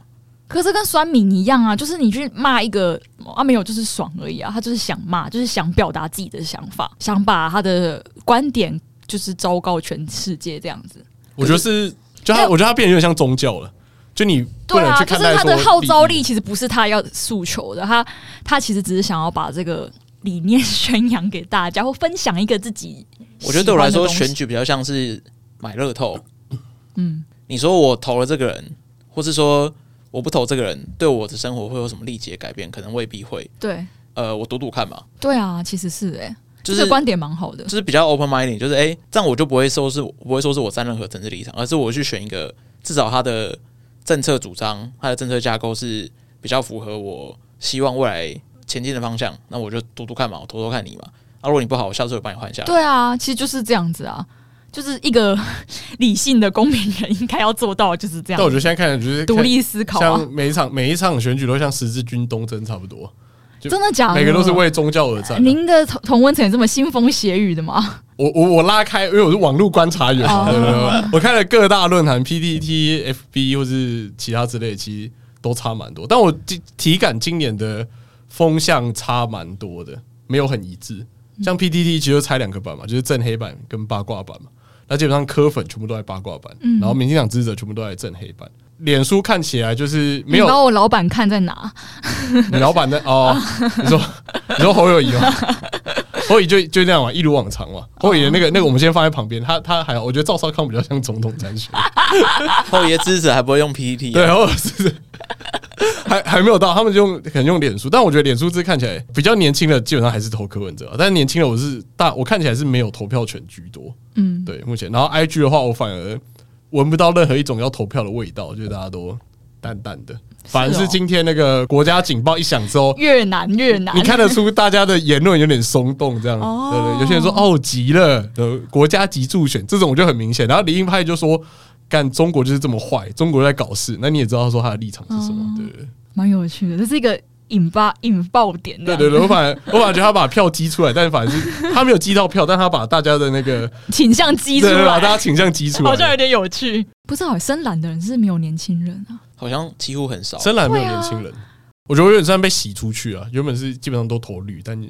Speaker 3: 可是跟酸民一样啊，就是你去骂一个啊，没有，就是爽而已啊，他就是想骂，就是想表达自己的想法，想把他的观点就是昭告全世界这样子。
Speaker 2: 我觉得是，就他，
Speaker 3: 但
Speaker 2: 我觉得他变得有点像宗教了，就你不
Speaker 3: 对
Speaker 2: 能
Speaker 3: 啊，
Speaker 2: 去
Speaker 3: 就
Speaker 2: 看
Speaker 3: 是
Speaker 2: 待
Speaker 3: 他
Speaker 2: 说
Speaker 3: 的号召力
Speaker 2: 利益
Speaker 3: 其实不是他要诉求的，他他其实只是想要把这个理念宣扬给大家，或分享一个自己。
Speaker 1: 我觉得对我来说，
Speaker 3: 选
Speaker 1: 选举比较像是买乐透。
Speaker 3: 嗯，
Speaker 1: 你说我投了这个人，或是说我不投这个人，对我的生活会有什么立即的改变？可能未必会。
Speaker 3: 对
Speaker 1: 呃，我赌赌看嘛，
Speaker 3: 对啊，其实是哎、
Speaker 1: 就是
Speaker 3: 这个观点蛮好的
Speaker 1: 就。是比较 open minded，就是哎、这样我就不会说是我不会说是我站任何政治立场，而是我去选一个至少他的政策主张、他的政策架构是比较符合我希望未来前进的方向，那我就赌赌看嘛，我投投看你嘛。啊，如果你不好，我下次我把你换下来。
Speaker 3: 对啊，其实就是这样子啊，就是一个理性的公民人应该要做到的就是这样
Speaker 2: 但我。觉得现在看起来就是
Speaker 3: 独立思考啊，
Speaker 2: 像每一场每一场选举都像十字军东征差不多，就
Speaker 3: 真的假的？
Speaker 2: 每个都是为宗教而战啊。
Speaker 3: 您的同同温层有这么腥风血雨的吗？
Speaker 2: 我我我拉开，因为我是网络观察员嘛，
Speaker 3: 哦
Speaker 2: 对不对？我看了各大论坛，PTT、FB 或是其他之类，其实都差蛮多。但我体体感今年的风向差蛮多的，没有很一致。像 PTT 其实就拆两个版嘛，就是正黑版跟八卦版嘛。那基本上科粉全部都在八卦版，然后民进党支持者全部都在正黑版。脸书看起来就是没有
Speaker 3: 你把我老板看在哪？
Speaker 2: 你老板的哦，你说你说侯友谊吗？侯友谊就就那样嘛，一如往常嘛。侯友谊的那个那个，我们先放在旁边，他他还好，我觉得赵少康比较像总统参选，
Speaker 1: 后爷支持还不会用 PPT，、
Speaker 2: 对，或者是还还没有到，他们就用可能用脸书，但我觉得脸书这看起来比较年轻的，基本上还是投柯文哲啊，但是年轻的我是大，我看起来是没有投票权居多，
Speaker 3: 嗯，
Speaker 2: 对，目前。然后 IG 的话，我反而闻不到任何一种要投票的味道，就是大家都淡淡的。反而
Speaker 3: 是
Speaker 2: 是
Speaker 3: 哦
Speaker 2: 今天那个国家警报一响之后，
Speaker 3: 越南越南，
Speaker 2: 你看得出大家的言论有点松动，这样，
Speaker 3: 哦
Speaker 2: 对对对，有些人说哦急了，呃，国家级助选这种就很明显，然后林英派就说，干中国就是这么坏，中国在搞事，那你也知道说他的立场是什
Speaker 3: 哦
Speaker 2: 么，对不对？
Speaker 3: 蛮有趣的，这是一个引发引爆点这
Speaker 2: 对
Speaker 3: 样。
Speaker 2: 对对，我反而我反而觉得他把票激出来，但反而是他没有激到票，但他把大家的那个
Speaker 3: 倾向激出
Speaker 2: 对对对 把大
Speaker 3: 来，
Speaker 2: 家倾向激出
Speaker 3: 好像有
Speaker 2: 来，
Speaker 3: 点有趣。不知道深蓝的人是没有年轻人啊，
Speaker 1: 好像几乎很少。
Speaker 2: 深蓝没有
Speaker 3: 对啊
Speaker 2: 年轻人，我觉得我有点像被洗出去啊，原本是基本上都投绿，但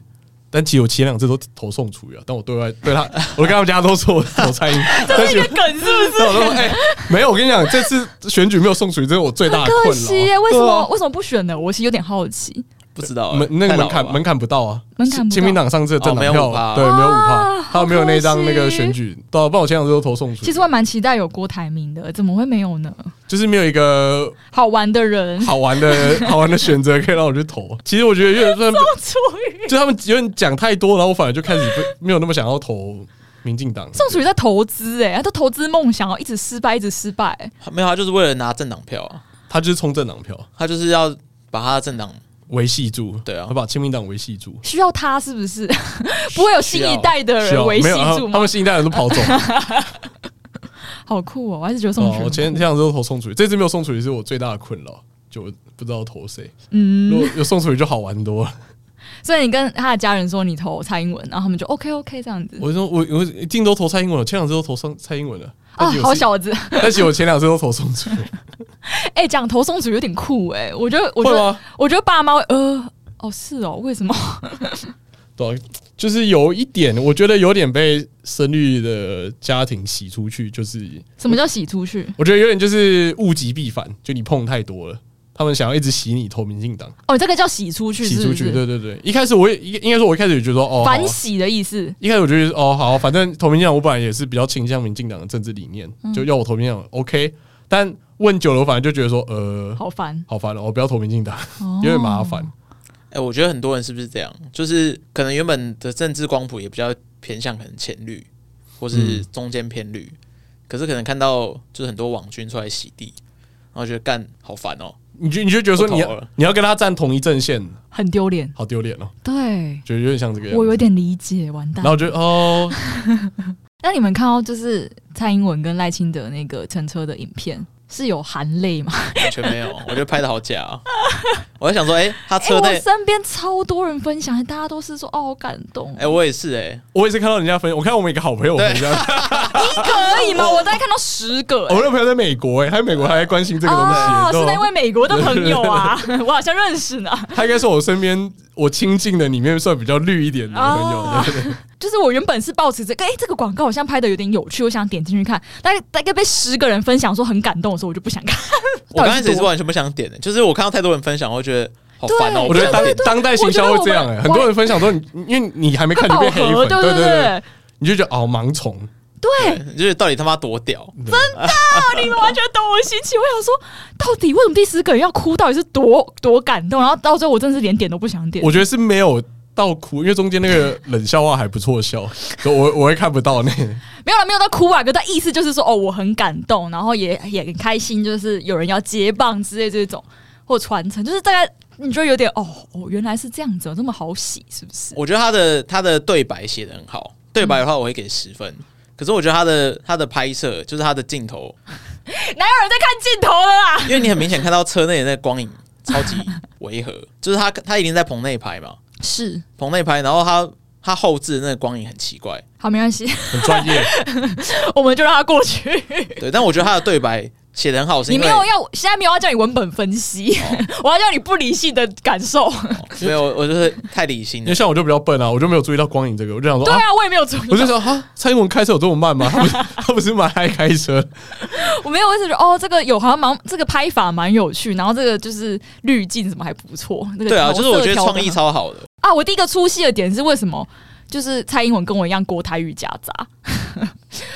Speaker 2: 但其实我前两次都投宋楚瑜啊，但我对外对他，我跟他们家都说我投蔡英 文，但其
Speaker 3: 这
Speaker 2: 实
Speaker 3: 个梗是不是？
Speaker 2: 那我都说，哎、没有，我跟你讲，这次选举没有宋楚瑜，这是我最大的
Speaker 3: 可
Speaker 2: 困
Speaker 3: 惜
Speaker 2: 扰。
Speaker 3: 耶，
Speaker 2: 啊
Speaker 3: 为什么为什么不选呢？我其实有点好奇。
Speaker 1: 不知道、欸、
Speaker 2: 门那个
Speaker 1: 太老了
Speaker 2: 门槛
Speaker 1: 吧
Speaker 2: 门槛不到啊，
Speaker 3: 门槛不到
Speaker 2: 亲民党上次的政党票、
Speaker 1: 哦没
Speaker 2: 对
Speaker 1: 有
Speaker 2: 没有五趴
Speaker 3: 啊，
Speaker 2: 他没有那一张那
Speaker 3: 好
Speaker 2: 个
Speaker 3: 可惜
Speaker 2: 选举，对，啊不然我前两次都投宋楚瑜，
Speaker 3: 其实我还蛮期待有郭台铭的，怎么会没有呢？
Speaker 2: 就是没有一个
Speaker 3: 好玩的人，
Speaker 2: 好玩的 好玩的选择可以让我去投。其实我觉得有点 算，
Speaker 3: 出于
Speaker 2: 就他们有点讲太多，然后我反而就开始不没有那么想要投民进党。
Speaker 3: 宋楚瑜在投资，哎，他都投资梦想哦，一直失败，一直失败。哎
Speaker 1: 没有，他就是为了拿政党票啊，
Speaker 2: 他就是冲政党票
Speaker 1: 他就是要把他的政党
Speaker 2: 维系住，
Speaker 1: 对啊
Speaker 2: 他把亲民党维系住。
Speaker 3: 需要他是不是？不会有新一代的
Speaker 2: 需要
Speaker 3: 人维
Speaker 2: 没
Speaker 3: 系
Speaker 2: 有他
Speaker 3: 住
Speaker 2: 他
Speaker 3: 吗？
Speaker 2: 们新一代人都跑走，
Speaker 3: 好酷哦！我还是觉得宋楚瑜
Speaker 2: 哦，
Speaker 3: 很
Speaker 2: 我前
Speaker 3: 酷
Speaker 2: 前两周投宋楚瑜，这次没有宋楚瑜是我最大的困扰，就我不知道投谁。
Speaker 3: 嗯
Speaker 2: 如，果有宋楚瑜就好玩多了。
Speaker 3: 所以你跟他的家人说你投蔡英文，然后他们就 OK OK 这样子。
Speaker 2: 我就说我我一定都投蔡英文了，前两周都投宋蔡英文了。
Speaker 3: 啊
Speaker 2: 但其实，我
Speaker 3: 好
Speaker 2: 是，
Speaker 3: 小子！
Speaker 2: 但其实我前两周都投宋楚瑜，
Speaker 3: 哎、讲投宋楚瑜有点酷哎、我觉得，我觉
Speaker 2: 会
Speaker 3: 得
Speaker 2: 吗，
Speaker 3: 我觉得爸妈会呃，哦是哦，为什么？
Speaker 2: 对啊、就是有一点，我觉得有点被深绿的家庭洗出去，就是
Speaker 3: 什么叫洗出去？
Speaker 2: 我觉得有点就是物极必反，就你碰太多了，他们想要一直洗你投民进党，
Speaker 3: 哦，这个叫洗出去，
Speaker 2: 洗
Speaker 3: 是
Speaker 2: 出
Speaker 3: 不是
Speaker 2: 去，对对对。一开始我也应应该说，我一开始也觉得说哦，好啊
Speaker 3: 反洗的意思。
Speaker 2: 一开始我觉得哦好，反正投民进党，我本来也是比较倾向民进党的政治理念，
Speaker 3: 嗯
Speaker 2: 就要我投民进党 OK。但问久了，我反而就觉得说呃，
Speaker 3: 好烦，
Speaker 2: 好烦了，我不要投民进党，
Speaker 3: 哦
Speaker 2: 有点麻烦。
Speaker 1: 哎、我觉得很多人是不是这样？就是可能原本的政治光谱也比较偏向可能浅绿，或是中间偏绿，可是可能看到就是很多网军出来洗地，然后觉得干好烦哦、
Speaker 2: 你就你就觉得说你
Speaker 1: 不投
Speaker 2: 要
Speaker 1: 了
Speaker 2: 你要跟他站同一阵线，
Speaker 3: 很丢脸。
Speaker 2: 好丢脸哦，
Speaker 3: 对，啊
Speaker 2: 觉得有点像这个样
Speaker 3: 我有
Speaker 2: 子。
Speaker 3: 点理解，完蛋
Speaker 2: 然后。我觉得哦，
Speaker 3: 那你们看到就是蔡英文跟赖清德那个乘车的影片，是有含泪吗？
Speaker 1: 完全没有，我觉得拍的好假、啊。我在想说，哎、他
Speaker 3: 哎、
Speaker 1: 车
Speaker 3: 我
Speaker 1: 内，
Speaker 3: 身边超多人分享，大家都是说哦，好感动
Speaker 1: 哎、。我也是哎、
Speaker 2: 我也是看到人家分，我看我们一个好朋友分享，
Speaker 3: 一个而已嘛，我大概看到十个、欸
Speaker 2: 我那朋友在美国、哎，他在美国还在关哦心这个东西、
Speaker 3: 哦，
Speaker 2: 欸
Speaker 3: 是
Speaker 2: 对
Speaker 3: 那
Speaker 2: 吧
Speaker 3: 位美国的朋友啊，我好像认识呢。
Speaker 2: 他应该是我身边我亲近的里面算比较绿一点的朋友。
Speaker 3: 哦
Speaker 2: 对 对对
Speaker 3: 就是我原本是抱持这个，哎、这个广告好像拍的有点有趣，我想点进去看。大概大概被十个人分享说很感动的时候，我就不想看。
Speaker 1: 我刚开
Speaker 3: 到底
Speaker 1: 始
Speaker 3: 是
Speaker 1: 是
Speaker 3: 多
Speaker 1: 完全不想点的，就是我看到太多人分享，我会觉得好烦哦、
Speaker 3: 对
Speaker 2: 我觉得当
Speaker 3: 对对
Speaker 2: 当代行销会这样、
Speaker 3: 我
Speaker 2: 哎，很
Speaker 3: 觉得我们
Speaker 2: 多人分享说你，因为你还没看就
Speaker 3: 饱
Speaker 2: 变黑
Speaker 3: 和，
Speaker 2: 粉，
Speaker 3: 哦对
Speaker 2: 对
Speaker 3: 不
Speaker 2: 对对，
Speaker 3: 对？
Speaker 2: 你就觉得哦盲从，
Speaker 3: 对，啊
Speaker 1: 就是到底他妈多屌？
Speaker 2: 真
Speaker 3: 你们完全懂我心情。我想说，到底为什么第十个人要哭？到底是多多感动？然后到最后，我真的是连点都不想点。
Speaker 2: 我觉得是没有到哭，因为中间那个冷笑话还不错笑，可我我会看不到那个。
Speaker 3: 没有了，没有到哭啊，可但意思就是说，哦，我很感动，然后也也很开心，就是有人要接棒之类这种，或传承，就是大概你就有点哦，哦，原来是这样子哦，这么好洗是 不是？
Speaker 1: 我觉得他的他的对白写的很好，对白的话我会给十分。可是我觉得他的他的拍摄，就是他的镜头，
Speaker 3: 哪有人在看镜头的啦？
Speaker 1: 因为你很明显看到车内的那个光影超级违和，就是他他一定在棚内拍嘛，
Speaker 3: 是，
Speaker 1: 棚内拍，然后他他后置的那个光影很奇怪，
Speaker 3: 好，没关系，
Speaker 2: 很专业，
Speaker 3: 我们就让他过去。
Speaker 1: 对，但我觉得他的对白写的很好，是
Speaker 3: 你
Speaker 1: 因
Speaker 3: 没
Speaker 1: 为哦
Speaker 3: 有要，现在没有要叫你文本分析， 我要叫你不理性的感受。
Speaker 1: 没有，我就是太理性
Speaker 2: 因
Speaker 1: 了
Speaker 2: 为。像我就比较笨啊，我就没有注意到光影这个，我就想说
Speaker 3: 对
Speaker 2: 啊。
Speaker 3: 啊，我也没有注
Speaker 2: 我
Speaker 3: 意
Speaker 2: 就
Speaker 3: 到，
Speaker 2: 想哈，蔡英文开车有这么慢吗？他不是他不是蛮爱开车，
Speaker 3: 我没有，我只是觉得哦，这个有好像蛮这个拍法蛮有趣，然后这个就是滤镜什么还不错。那个
Speaker 1: 对啊，
Speaker 3: 调
Speaker 1: 就是我
Speaker 3: 色
Speaker 1: 觉得
Speaker 3: 调得
Speaker 1: 创意
Speaker 3: 很
Speaker 1: 超好的，
Speaker 3: 啊，我第一个出戏的点是为什么？就是蔡英文跟我一样国台语夹杂，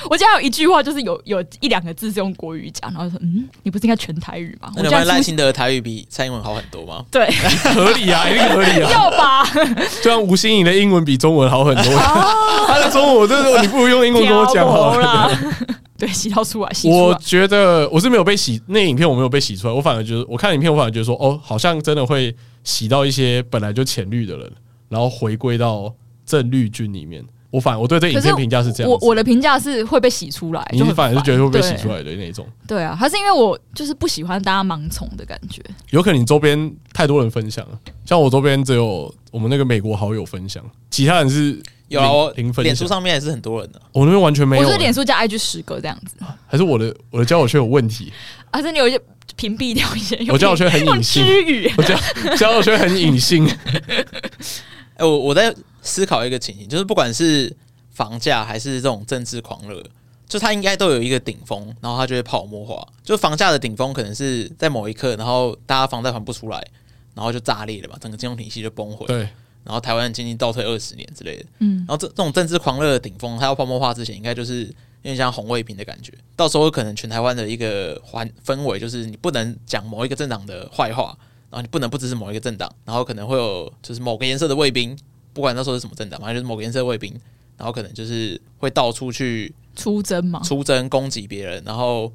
Speaker 3: 我记得还有一句话就是有有一两个字是用国语讲，然后就说嗯，你不是应该全台语吗？
Speaker 1: 那你
Speaker 3: 我这
Speaker 1: 发现
Speaker 3: 样
Speaker 1: 赖
Speaker 3: 出戏
Speaker 1: 清德的台语比蔡英文好很多吗？
Speaker 3: 对，
Speaker 2: 合理啊，一定合理啊。
Speaker 3: 要吧？
Speaker 2: 虽然吴欣颖的英文比中文好很多，
Speaker 3: 哦
Speaker 2: 他的中文我真的你不如用英文跟我讲好
Speaker 3: 挑拨
Speaker 2: 了。
Speaker 3: 啦， 对，洗到出来，洗出
Speaker 2: 我
Speaker 3: 来，
Speaker 2: 觉得我是没有被洗，那影片我没有被洗出来，我反而觉得我看影片，我反而觉得说，哦，好像真的会洗到一些本来就浅绿的人，然后回归到正绿军里面。我反我对这影
Speaker 3: 可是
Speaker 2: 片评价是这样
Speaker 3: 我
Speaker 2: 子，
Speaker 3: 我的评价是会被洗出来，
Speaker 2: 你
Speaker 3: 就很
Speaker 2: 反而是
Speaker 3: 烦
Speaker 2: 觉得会被洗
Speaker 3: 对
Speaker 2: 出来的那种，
Speaker 3: 对啊，还是因为我就是不喜欢大家盲从的感觉，
Speaker 2: 有可能你周边太多人分享了，像我周边只有我们那个美国好友分享，其他人是
Speaker 1: 有啊，
Speaker 2: 零
Speaker 1: 我
Speaker 2: 零分
Speaker 1: 脸
Speaker 2: 享
Speaker 1: 书，上面还是很多人的、
Speaker 2: 我那边完全没
Speaker 3: 我
Speaker 2: 有、
Speaker 3: 就是脸
Speaker 2: 欸啊
Speaker 3: 书加 IG 十个这样子，
Speaker 2: 还是我的我的交友圈有问题，
Speaker 3: 还是你有一些屏蔽掉一些，
Speaker 2: 我交友圈很
Speaker 3: 用
Speaker 2: 隐性，
Speaker 3: 知语，
Speaker 2: 我 交交友圈很隐性，
Speaker 1: 哎、我我在思考一个情形，就是不管是房价还是这种政治狂热，就它应该都有一个顶峰，然后它就会泡沫化。就房价的顶峰可能是在某一刻，然后大家房贷还不出来，然后就炸裂了嘛，整个金融体系就崩毁，
Speaker 2: 对。
Speaker 1: 然后台湾的经济倒退二十年之类的。
Speaker 3: 嗯
Speaker 1: 然，后这这种政治狂热的顶峰，它要泡沫化之前，应该就是有点像红卫兵的感觉。到时候可能全台湾的一个环氛围，就是你不能讲某一个政党的坏话，然后你不能不支持某一个政党，然后可能会有就是某个颜色的卫兵，不管那时候是什么政党，反正就是某个颜色的卫兵，然后可能就是会到处去
Speaker 3: 出征嘛，
Speaker 1: 出征攻击别人，然后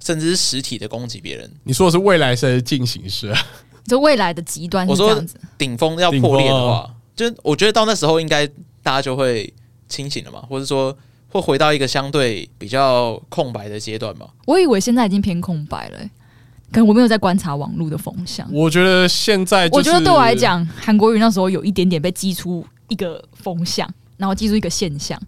Speaker 1: 甚至是实体的攻击别人。
Speaker 2: 你说的是未来式还是进行式啊？
Speaker 3: 就未来的极端是
Speaker 1: 我
Speaker 3: 这
Speaker 1: 说
Speaker 3: 样子，
Speaker 1: 顶峰啊要破裂的话，就是我觉得到那时候应该大家就会清醒了嘛，或者说会回到一个相对比较空白的阶段嘛。
Speaker 3: 我以为现在已经偏空白了、欸可能我没有在观察网络的风向。
Speaker 2: 我觉得现在、就是，
Speaker 3: 我觉得对我来，讲，韩国瑜那时候有一点点被激出一个风向，然后激出一个现象，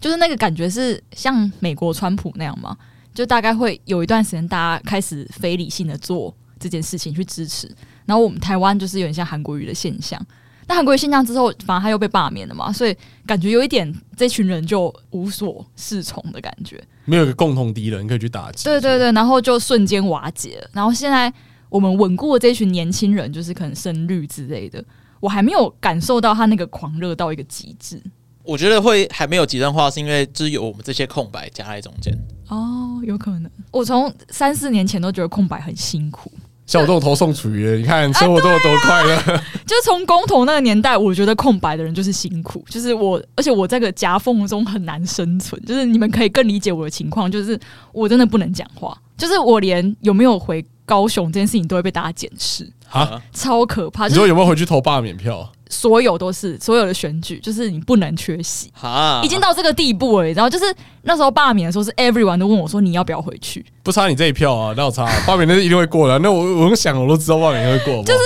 Speaker 3: 就是那个感觉是像美国川普那样嘛，就大概会有一段时间大家开始非理性的做这件事情去支持，然后我们台湾就是有点像韩国瑜的现象。那韩国瑜现象之后，反而他又被罢免了嘛，所以感觉有一点这群人就无所适从的感觉。
Speaker 2: 没有一个共同敌人可以去打击。
Speaker 3: 对对对，然后就瞬间瓦解了。然后现在我们稳固的这群年轻人，就是可能深绿之类的，我还没有感受到他那个狂热到一个极致。
Speaker 1: 我觉得会还没有极端化，是因为就是有我们这些空白夹在中间。
Speaker 3: 哦，有可能。我从三四年前都觉得空白很辛苦，
Speaker 2: 像我这种投送处于的，你
Speaker 3: 啊
Speaker 2: 看生活都有多快乐。
Speaker 3: 就是从公投那个年代，我觉得空白的人就是辛苦，就是我，而且我在这个夹缝中很难生存。就是你们可以更理解我的情况，就是我真的不能讲话，就是我连有没有回高雄这件事情都会被大家检视，
Speaker 2: 啊，
Speaker 3: 超可怕。
Speaker 2: 你
Speaker 3: 就是
Speaker 2: 说有没有回去投罢免票？
Speaker 3: 所有都是所有的选举，就是你不能缺席，
Speaker 1: 哈，
Speaker 3: 已经到这个地步了。然后就是那时候罢免的时候，是 everyone 都问我说你要不要回去，
Speaker 2: 不差你这一票啊，那我差啊罢免那是一定会过的啊。那我我用想我都知道罢免会过，就是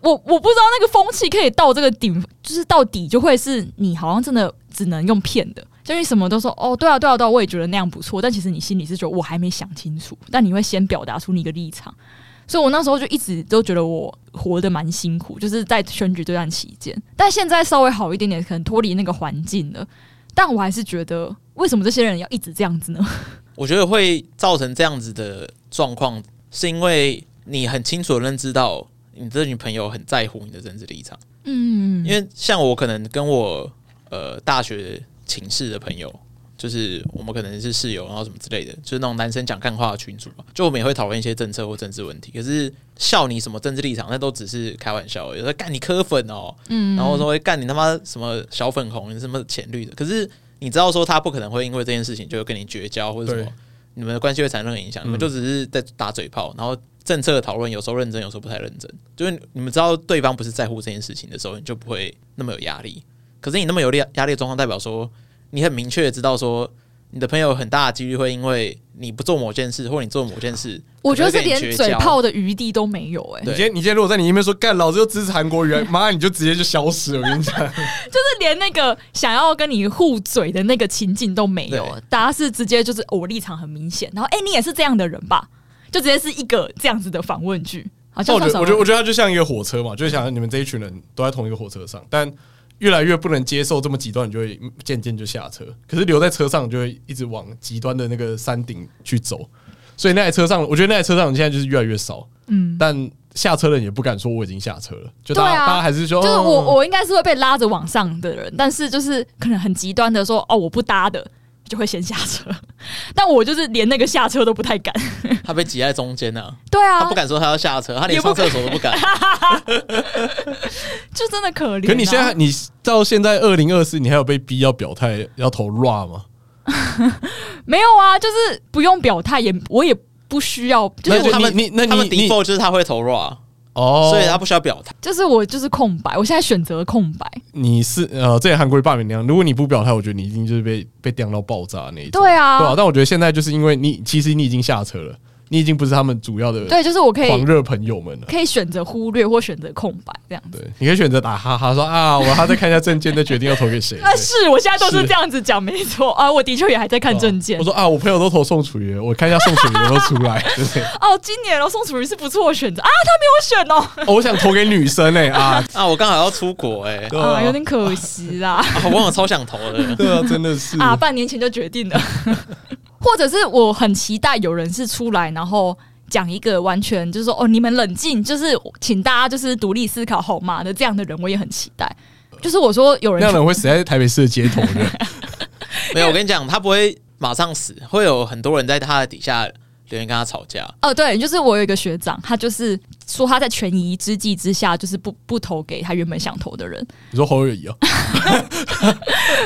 Speaker 3: 我我不知道那个风气可以到这个顶，就是到底就会是你好像真的只能用骗的，就你什么都说哦，对啊，对啊，对啊，我也觉得那样不错，但其实你心里是觉得我还没想清楚，但你会先表达出你的立场。所以我那时候就一直都觉得我活得蛮辛苦，就是在选举这段期间。但现在稍微好一点点，可能脱离那个环境了，但我还是觉得为什么这些人要一直这样子呢？
Speaker 1: 我觉得会造成这样子的状况，是因为你很清楚的认知到你这女朋友很在乎你的政治立场。
Speaker 3: 嗯，
Speaker 1: 因为像我可能跟我呃大学寝室的朋友，就是我们可能是室友，然后什么之类的，就是那种男生讲干话的群组嘛，就我们也会讨论一些政策或政治问题。可是笑你什么政治立场，那都只是开玩笑而已。有的干你科粉哦，
Speaker 3: 嗯
Speaker 1: 然后说会干你他妈什么小粉红，你什么浅绿的。可是你知道说他不可能会因为这件事情就跟你绝交或者什么
Speaker 2: 对，
Speaker 1: 你们的关系会产生影响，你们
Speaker 2: 嗯
Speaker 1: 就只是在打嘴炮，然后。政策的讨论有时候认真，有时候不太认真。就是你们知道对方不是在乎这件事情的时候，你就不会那么有压力。可是你那么有力压力的状况，代表说你很明确的知道说你的朋友很大的几率会因为你不做某件事，或你做某件事，
Speaker 3: 我觉得
Speaker 1: 可
Speaker 3: 是
Speaker 1: 能会
Speaker 3: 连
Speaker 1: 跟你绝
Speaker 3: 嘴
Speaker 1: 交
Speaker 3: 炮的余地都没有、哎，
Speaker 1: 对
Speaker 2: 你今天你今天如果在你那边说干，老子就支持韩国人，妈你就直接就消失了。我跟你讲，
Speaker 3: 就是连那个想要跟你互嘴的那个情境都没有
Speaker 1: 对，
Speaker 3: 大家是直接就是、哦我立场很明显，然后哎、你也是这样的人吧，就直接是一个这样子的反问句，好像
Speaker 2: 哦我觉得，我觉得，
Speaker 3: 得
Speaker 2: 我觉得他就像一个火车嘛，就是想你们这一群人都在同一个火车上，但越来越不能接受这么极端，你就会渐渐就下车。可是留在车上，就会一直往极端的那个山顶去走。所以那台车上，我觉得那台车上现在就是越来越少，
Speaker 3: 嗯，
Speaker 2: 但下车的人也不敢说我已经下车了，就大家、
Speaker 3: 对啊
Speaker 2: 大家还是说，
Speaker 3: 就是
Speaker 2: 哦
Speaker 3: 我我应该是会被拉着往上的人，但是就是可能很极端的说哦我不搭的就会先下车， 但我就是连那个下车都不太敢，
Speaker 1: 他被挤在中间啊，
Speaker 3: 对
Speaker 1: 他
Speaker 3: 啊
Speaker 1: 不，敢说他要下车，他连
Speaker 3: 也
Speaker 1: 上
Speaker 3: 不
Speaker 1: 厕所都不 敢。
Speaker 3: 就真的可怜、啊。
Speaker 2: 可你现在你到现在二零二四，你还有被逼要表态要投 RA 吗？
Speaker 3: 没有啊，就是不用表态，也我也不需要，就
Speaker 2: 那
Speaker 3: 是
Speaker 2: 就
Speaker 3: 我
Speaker 1: 他们
Speaker 2: 你那你
Speaker 1: 他们
Speaker 2: 你
Speaker 1: default 就是他会投入啊，
Speaker 2: 哦，
Speaker 1: 所以他不需要表态。
Speaker 3: 就是我就是空白，我现在选择空白。
Speaker 2: 你是呃，这也韩国瑜罢免那样，如果你不表态，我觉得你一定就是被被电到爆炸那一种。
Speaker 3: 对啊，
Speaker 2: 对啊，但我觉得现在就是因为你，其实你已经下车了，你已经不是他们主要的
Speaker 3: 对，就是我可
Speaker 2: 狂
Speaker 3: 以
Speaker 2: 热朋友们了。
Speaker 3: 可以选择忽略或选择空白这样子。
Speaker 2: 对，你可以选择打哈哈说啊，我还在看一下证件，再决定要投给 谁。
Speaker 3: 啊，
Speaker 2: 对
Speaker 3: 是我现在都是
Speaker 2: 是
Speaker 3: 这样子讲，没错啊，我的确也还在看证件
Speaker 2: 我。说啊，我朋友都投宋楚瑜了，我看一下宋楚瑜有没有出来。对不对？
Speaker 3: 哦，今年哦，宋楚瑜是不错的选择啊，他没有选哦，
Speaker 2: 哦我想投给女生哎、啊，
Speaker 1: 啊，我刚好要出国哎、
Speaker 2: 对
Speaker 3: 啊，有
Speaker 2: 啊，
Speaker 3: 点可惜 啦。
Speaker 1: 啊，我有超想投 的。
Speaker 2: 对啊，真的是
Speaker 3: 啊，半年前就决定了， 或者是我很期待有人是出来，然后讲一个完全就是说哦，你们冷静，就是请大家就是独立思考好吗的这样的人，我也很期待。就是我说有
Speaker 2: 那
Speaker 3: 人
Speaker 2: 样
Speaker 3: 出
Speaker 2: 的人会死在台北市的街头的。
Speaker 1: 没有，我跟你讲，他不会马上死，会有很多人在他的底下留言跟他吵架。
Speaker 3: 哦，对，就是我有一个学长，他就是说他在权宜之计之下，就是不不投给他原本想投的人。
Speaker 2: 你说侯友谊啊？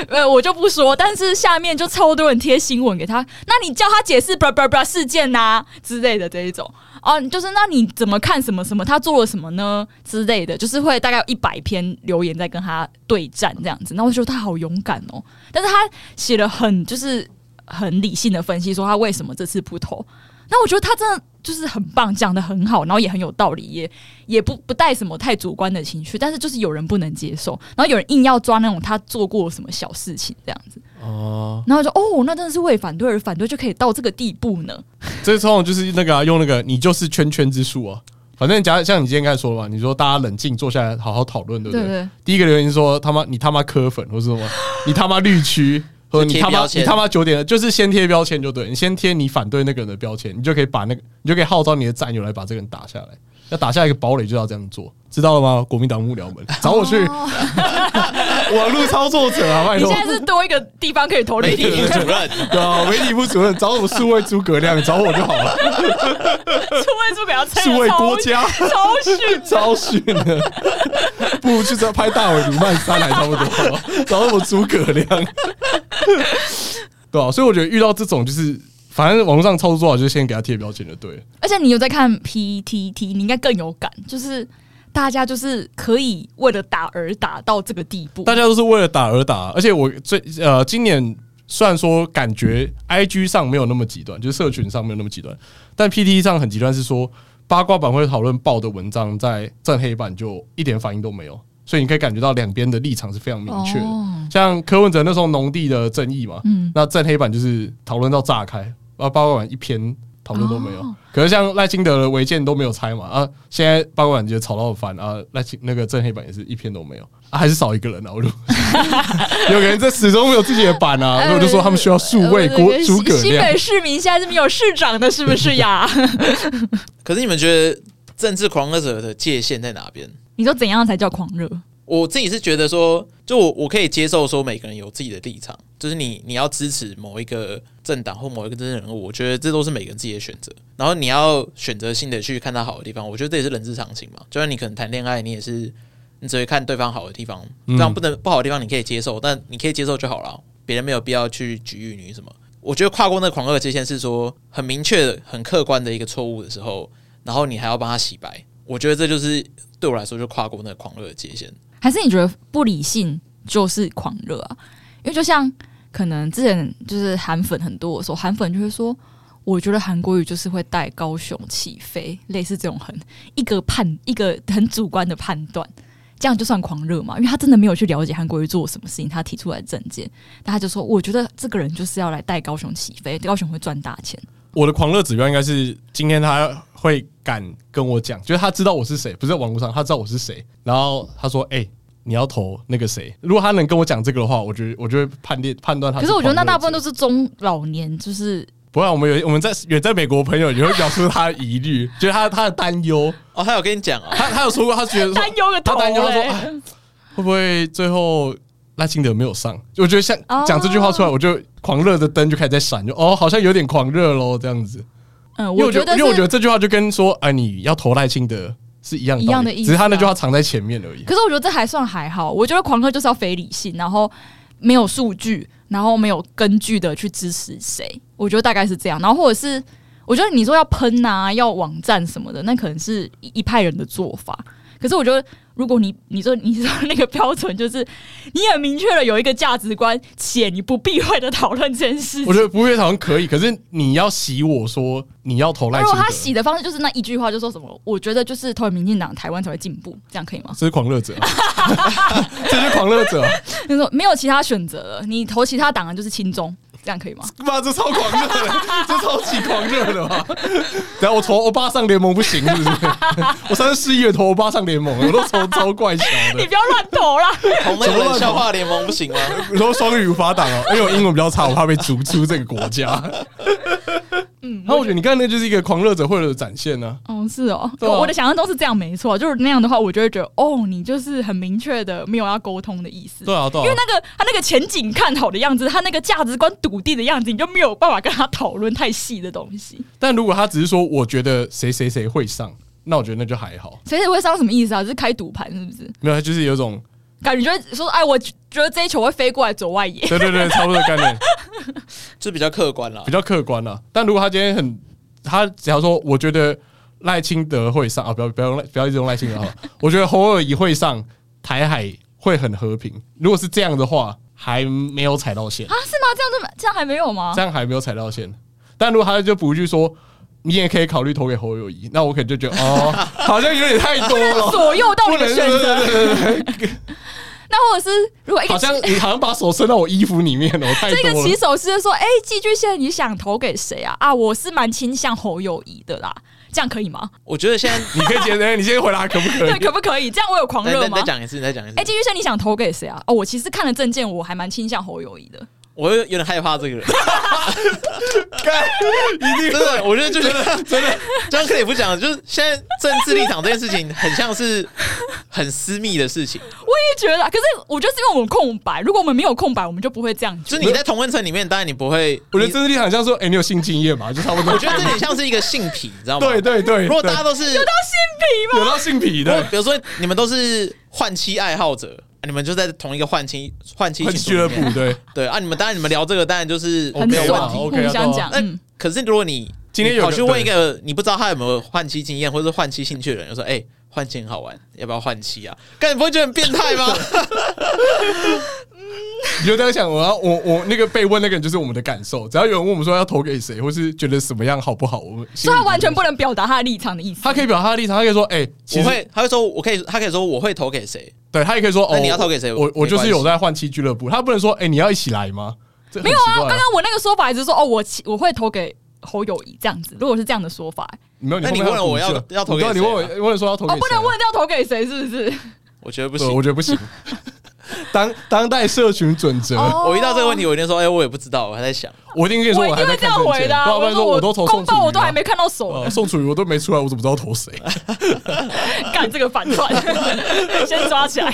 Speaker 3: 呃，我就不说，但是下面就超多人贴新闻给他，那你叫他解释 blah blah blah 事件呐、之类的这一种。哦，就是那你怎么看什么什么，他做了什么呢之类的，就是会大概有一百篇留言在跟他对战这样子。那我就觉得他好勇敢哦，但是他写了很就是很理性的分析，说他为什么这次不投。那我觉得他真的就是很棒，讲的很好，然后也很有道理，也也不不带什么太主观的情绪，但是就是有人不能接受，然后有人硬要抓那种他做过什么小事情这样子，
Speaker 2: 哦，
Speaker 3: 然后就哦，那真的是为反对而反对，就可以到这个地步呢？
Speaker 2: 这通常就是那个、啊、用那个，你就是圈圈之术啊。反正假像你今天刚才说的嘛，你说大家冷静坐下来好好讨论，对不
Speaker 3: 对
Speaker 2: 对？
Speaker 3: 不对？
Speaker 2: 第一个留言说他妈你他妈科粉，或是什 么你他妈绿区，或者
Speaker 1: 就
Speaker 2: 你
Speaker 1: 贴
Speaker 2: 他妈
Speaker 1: 标签
Speaker 2: 你他妈九点了，就是先贴标签就对，你先贴你反对那个人的标签，你就可以把那个你就可以号召你的战友来把这个人打下来。要打下一个堡垒就要这样做，知道了吗？国民党幕僚们， 找我去，
Speaker 3: 哦
Speaker 2: 网络操作者啊，拜
Speaker 3: 你
Speaker 2: 托
Speaker 3: 现。在是多一个地方可以投
Speaker 1: 媒
Speaker 3: 履
Speaker 1: 体
Speaker 3: 历，
Speaker 1: 部主任，
Speaker 2: 对啊，媒体部主任找我数位诸葛亮，找我就好 了，
Speaker 3: 数位诸葛要超
Speaker 2: 数位郭嘉。
Speaker 3: 超 逊，
Speaker 2: 超逊的，啊不如去这拍大尾卢曼三还差不多，找什么诸葛亮， 对啊，所以我觉得遇到这种就是，反正网络上操作做啊好，就先给他贴标签就对了。
Speaker 3: 而且你有在看 PTT，你应该更有感，就是大家就是可以为了打而打到这个地步，
Speaker 2: 大家都是为了打而打，而且我最呃今年虽然说感觉 IG 上没有那么极端，就是社群上没有那么极端，但 PT 上很极端，是说八卦版会讨论爆的文章在站黑板就一点反应都没有，所以你可以感觉到两边的立场是非常明确的。
Speaker 3: 哦，
Speaker 2: 像柯文哲那时候农地的争议嘛，
Speaker 3: 嗯，
Speaker 2: 那正黑板就是讨论到炸开，啊，八卦版一篇讨论都没
Speaker 3: 哦
Speaker 2: 有。可是像赖清德的违建都没有拆嘛，啊，现在八卦版就吵到翻啊，赖清那个正黑板也是一篇都没有，啊，还是少一个人啊，我 就有个人这始终没有自己的版
Speaker 3: 哎
Speaker 2: 啊，所以我就说他们需要数位
Speaker 3: 呃
Speaker 2: 国诸葛
Speaker 3: 新
Speaker 2: 亮
Speaker 3: 北。市民现在是没有市长的，是不是 呀？
Speaker 1: 可是你们觉得政治狂热者的界限在哪边？
Speaker 3: 你说怎样才叫狂热？
Speaker 1: 我自己是觉得说，就我我可以接受说每个人有自己的立场，就是你你要支持某一个政党或某一个政治人物，我觉得这都是每个人自己的选择。然后你要选择性的去看他好的地方，我觉得这也是人之常情嘛。就像你可能谈恋爱，你也是你只会看对方好的地方，
Speaker 2: 嗯
Speaker 1: 这样不能不好的地方你可以接受，但你可以接受就好了，别人没有必要去给予你什么。我觉得跨过那个狂热界限是说很明确的、很客观的一个错误的时候，然后你还要帮他洗白，我觉得这就是对我来说就跨过那个狂热的界限。
Speaker 3: 还是你觉得不理性就是狂热啊？因为就像可能之前就是韩粉很多的时候，韩粉就会说，我觉得韩国语就是会带高雄起飞，类似这种很一个判一个很主观的判断。这样就算狂热嘛？因为他真的没有去了解韩国瑜做了什么事情，他提出来的政见，但他就说：“我觉得这个人就是要来带高雄起飞，高雄会赚大钱。
Speaker 2: 我的狂热指标应该是今天他会敢跟我讲，就是他知道我是谁，不是在网络上，他知道我是谁，然后他说：“哎、你要投那个谁？”如果他能跟我讲这个的话，我觉得我就会判定判断”他。
Speaker 3: 可是我觉得那大部分都
Speaker 2: 是
Speaker 3: 是中老年，就是
Speaker 2: 不然我们有我们在远在美国朋友也会表出他的疑虑，就是他他的担忧，
Speaker 1: 哦，他有跟你讲啊、
Speaker 2: 他他有说过，他觉得说
Speaker 3: 担忧个
Speaker 2: 他
Speaker 3: 头欸
Speaker 2: 担忧他说
Speaker 3: 嘞
Speaker 2: 哎会不会最后赖清德没有上？我觉得像
Speaker 3: 哦
Speaker 2: 讲这句话出来，我就狂热的灯就开始在闪，就哦，好像有点狂热喽这样子。
Speaker 3: 嗯，
Speaker 2: 因为
Speaker 3: 我
Speaker 2: 我觉
Speaker 3: 觉
Speaker 2: 得，
Speaker 3: 得
Speaker 2: 因为我
Speaker 3: 是
Speaker 2: 觉得这句话就跟说，哎、你要投赖清德是一样道理
Speaker 3: 一样的意思啊
Speaker 2: 只是他那句话藏在前面而已。
Speaker 3: 可是我觉得这还算还好，我觉得狂热就是要非理性，然后没有数据，然后没有根据的去支持谁，我觉得大概是这样。然后或者是我觉得你说要喷啊，要网站什么的，那可能是一一派人的做法。可是我觉得，如果你你说你说那个标准就是你很明确的有一个价值观，且你不避讳的讨论这件事情
Speaker 2: 我觉，得不会好像可以，可是你要洗我说你要投赖
Speaker 3: 如
Speaker 2: 清
Speaker 3: 果
Speaker 2: 德，
Speaker 3: 他啊洗的方式就是那一句话，就说什么我觉得就是投给民进党，台湾才会进步，这样可以吗？
Speaker 2: 这是狂热者啊、 这是狂热者啊、
Speaker 3: 就是说没有其他选择了，你投其他党就是亲中，这样可以吗？
Speaker 2: 妈这超狂热的，这超级狂热的吧？然后我投欧巴上联盟不行是不是？ 我上次市议员投欧巴上联盟，我都投超怪小的
Speaker 3: 你。不要乱投啦！
Speaker 1: 同那个冷笑话联盟不行吗？
Speaker 2: 你说双语无法挡哦，因为我英文比较差，我怕被逐出这个国家。嗯，那我觉得你刚才那就是一个狂热者会有的展现呢、
Speaker 3: 哦，是哦，
Speaker 2: 对啊
Speaker 3: 我的想象中是这样，没错，就是那样的话，我就会觉得，哦，你就是很明确的没有要沟通的意思。
Speaker 2: 对啊，对
Speaker 3: 因为那个他那个前景看好的样子，他那个价值观笃定的样子，你就没有办法跟他讨论太细的东西。
Speaker 2: 但如果他只是说我觉得谁谁谁会上，那我觉得那就还好，
Speaker 3: 所以会上什么意思啊？就是开赌盘是不是？
Speaker 2: 没有，他就是有一种
Speaker 3: 感觉说，哎，我觉得这一球会飞过来左外野。
Speaker 2: 对对对，差不多的概念，
Speaker 1: 就比较客观啦
Speaker 2: 比。较客观啦。但如果他今天很，他只要说我觉得赖清德会上啊，不要不要用赖，不要一直用赖清德好了，我觉得侯尔仪会上，台海会很和平。如果是这样的话，还没有踩到线
Speaker 3: 啊，。是吗？这样这么这样还没有吗
Speaker 2: 这？样还没有踩到线。但如果他就补一句说，你也可以考虑投给侯友谊，那我可能就觉得哦， 好像有点太多了，
Speaker 3: 左右到
Speaker 2: 不
Speaker 3: 你的
Speaker 2: 能
Speaker 3: 选择。
Speaker 2: 对对对对 对
Speaker 3: 那或者是如果一
Speaker 2: 好
Speaker 3: 个
Speaker 2: 像你好像把手伸到我衣服里面了，我太
Speaker 3: 这
Speaker 2: 多
Speaker 3: 个
Speaker 2: 了
Speaker 3: 骑。手是说，哎、寄居蟹你想投给谁啊？啊，我是蛮倾向侯友谊的啦，这样可以吗？
Speaker 1: 我觉得现在，
Speaker 2: 你可以觉得， 哎你先回答可不 可以
Speaker 3: 对，？可不可以？这样我有狂
Speaker 1: 再
Speaker 3: 热
Speaker 1: 再
Speaker 3: 吗
Speaker 1: 再？讲一次，再讲一次
Speaker 3: 哎、。寄居蟹你想投给谁啊？哦，我其实看了证件，我还蛮倾向侯友谊的。
Speaker 1: 我有有点害怕这个人，
Speaker 2: 干一定
Speaker 1: 真的，我觉得就觉得真 的，就像克里夫讲的，就是现在政治立场这件事情，很像是很私密的事情。
Speaker 3: 我也觉得，可是我觉得是因为我们空白，如果我们没有空白，我们就不会这样
Speaker 1: 就
Speaker 3: 觉
Speaker 1: 是你在同温层里面，当然你不会，
Speaker 2: 我觉得
Speaker 1: 你
Speaker 2: 政治立场像说，哎，你有性经验嘛？就差不多。
Speaker 1: 我觉得这点像是一个性癖，你知道吗？
Speaker 2: 对对对，
Speaker 1: 如果大家
Speaker 2: 都
Speaker 1: 都是，
Speaker 2: 有到性癖
Speaker 1: 如果
Speaker 2: 的，
Speaker 1: 比如说你们都是换妻爱好者，你们就在同一个换妻换妻
Speaker 2: 会
Speaker 1: 群组
Speaker 2: 俱乐
Speaker 1: 里面
Speaker 2: 部对。
Speaker 1: 对啊，你们当然你们聊这个，当然就是
Speaker 3: 得很
Speaker 1: 没有问
Speaker 2: 爽
Speaker 1: 题。
Speaker 3: 爽，
Speaker 2: OK 啊
Speaker 3: 互相讲，
Speaker 1: 对啊
Speaker 3: 嗯，
Speaker 1: 可是如果你
Speaker 2: 今天有
Speaker 1: 跑
Speaker 2: 个
Speaker 1: 去问
Speaker 2: 对
Speaker 1: 一个你不知道他有没有换妻经验或者是换妻兴趣的人，就说：“哎、换妻很 好玩，要不要换妻啊？”干你不会觉得很变态吗？
Speaker 2: 你就这样想，我要我我那个被问那个人就是我们的感受，只要有人问我们说要投给谁，或是觉得什么样好不好，我们
Speaker 3: 所以他完全不能表达他的立场的意思。
Speaker 2: 他可以表达他的立场，他可以说，哎、其
Speaker 1: 我
Speaker 2: 实
Speaker 1: 会，他会说，我可以，他可以说我会投给谁，
Speaker 2: 对他也可以说，哦，
Speaker 1: 那你要投给谁
Speaker 2: 我
Speaker 1: 没
Speaker 2: 我就是有
Speaker 1: 关系
Speaker 2: 在换妻俱乐部，他不能说，哎、你要一起来吗？这很
Speaker 3: 没有啊，
Speaker 2: 奇
Speaker 3: 刚
Speaker 2: 怪
Speaker 3: 刚我那个说法只是说哦，我其我会投给侯友谊这样子。如果是这样的说法，欸
Speaker 2: 没有，
Speaker 1: 那
Speaker 2: 你
Speaker 1: 你
Speaker 2: 后面
Speaker 1: 问了我
Speaker 2: 还有
Speaker 1: 要
Speaker 2: 补
Speaker 1: 要投给
Speaker 2: 你知道你问
Speaker 1: 谁啊
Speaker 2: 我问了说要投给
Speaker 3: 哦，
Speaker 2: 谁、啊
Speaker 3: 不能问掉投给谁，是不是？
Speaker 1: 我觉得不
Speaker 2: 不
Speaker 1: 行。
Speaker 2: 我觉得不行。 当当代社群准则，
Speaker 3: 哦
Speaker 1: 我遇到这个问题，我一定说，哎，我也不知道，我还在想。
Speaker 2: 我一定跟你说，
Speaker 3: 一
Speaker 2: 还
Speaker 3: 定
Speaker 2: 在
Speaker 3: 会这
Speaker 2: 看
Speaker 3: 样
Speaker 2: 证
Speaker 3: 回
Speaker 2: 件
Speaker 3: 的啊。
Speaker 2: 不然不然说
Speaker 3: 我
Speaker 2: 我都投宋
Speaker 3: 公
Speaker 2: 楚瑜
Speaker 3: 报
Speaker 2: 啊，
Speaker 3: 我都还没看到手
Speaker 2: 呃
Speaker 3: 呢，
Speaker 2: 宋楚瑜我都没出来，我怎么知道投 谁？
Speaker 3: 干这个反串，先抓起来。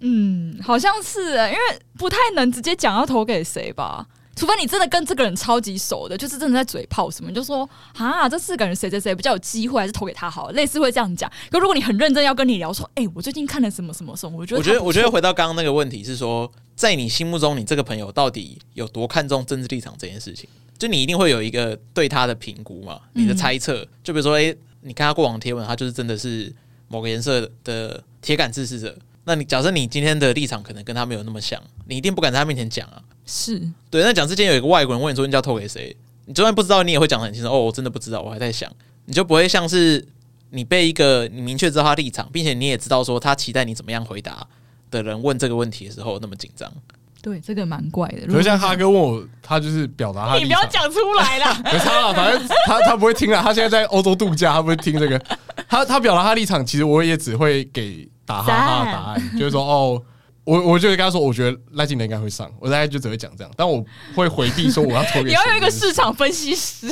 Speaker 3: 嗯，好像是、欸，因为不太能直接讲要投给谁吧。除非你真的跟这个人超级熟的，就是真的在嘴炮什么，你就说啊，这次感觉谁谁谁比较有机会，还是投给他好了，类似会这样讲。可如果你很认真要跟你聊，说，哎、我最近看了什么什么什么，我觉得
Speaker 1: 我
Speaker 3: 他
Speaker 1: 觉得，我觉得回到刚刚那个问题是说，在你心目中，你这个朋友到底有多看重政治立场这件事情？就你一定会有一个对他的评估嘛，你的
Speaker 3: 嗯
Speaker 1: 猜测。就比如说，诶，你看他过往贴文，他就是真的是某个颜色的铁杆支持者。那你假设你今天的立场可能跟他没有那么像，你一定不敢在他面前讲啊。
Speaker 3: 是
Speaker 1: 对，那讲之前有一个外国人问你说你要投给谁，你就算不知道，你也会讲得很清楚。哦，我真的不知道，我还在想，你就不会像是你被一个你明确知道他立场，并且你也知道说他期待你怎么样回答的人问这个问题的时候那么紧张。
Speaker 3: 对这个蛮怪的。
Speaker 2: 比如像哈哥问我，他就是表达他，
Speaker 3: 你不要，讲出来啦，
Speaker 2: 没差了，反正他他不会听了，他现在在欧洲度假，他不会听这个。他他表达他立场，其实我也只会给打哈哈的答案，就是说哦。我我就会跟他说，我觉得赖静蕾应该会上，我大概就只会讲这样，但我会回避说我要投给。
Speaker 3: 你要有一个市，场分析师。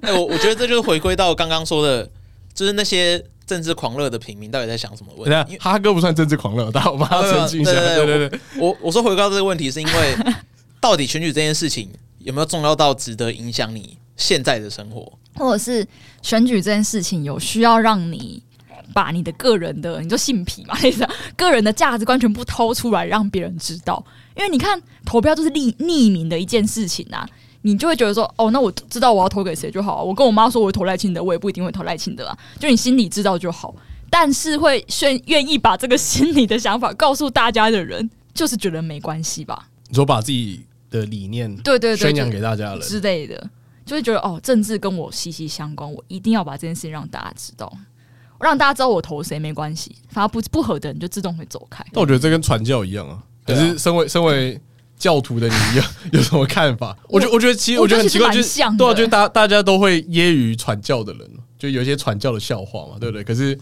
Speaker 1: 哎、我我觉得这就是回归到刚刚说的，就是那些政治狂热的平民到底在想什么问
Speaker 2: 等一下
Speaker 1: 题？因为
Speaker 2: 哈哥不算政治狂热，但我帮他澄清一下。
Speaker 1: 对
Speaker 2: 对
Speaker 1: 对
Speaker 2: 对对，
Speaker 1: 我我说回归到这个问题，是因为到底选举这件事情有没有重要到值得影响你现在的生活？
Speaker 3: 或者是选举这件事情有需要让你把你的个人的，你就性癖嘛，类似啊个人的价值观全部掏出来让别人知道，因为你看投票就是匿匿名的一件事情啊。你就会觉得说，哦，那我知道我要投给谁就好啊、我跟我妈说我会投赖清德，我也不一定会投赖清德啊。就你心里知道就好，但是会愿愿意把这个心里的想法告诉大家的人，就是觉得没关系吧？
Speaker 2: 你说把自己的理念
Speaker 3: 对对对，
Speaker 2: 宣
Speaker 3: 就
Speaker 2: 扬给大家了，
Speaker 3: 之类的，就会觉得哦，政治跟我息息相关，我一定要把这件事情让大家知道，让大家知道我投谁没关系，反正不不合的人就自动会走开。
Speaker 2: 但我觉得这跟传教一样啊，可是身为身为教徒的你有有 什么看法？我觉得我觉得其实
Speaker 3: 我
Speaker 2: 觉得很奇怪，
Speaker 3: 我觉
Speaker 2: 就是
Speaker 3: 得其实蛮像的
Speaker 2: 对啊，就是大大家都会揶揄传教的人，就有一些传教的笑话嘛，对
Speaker 3: 嗯
Speaker 2: 不对？可是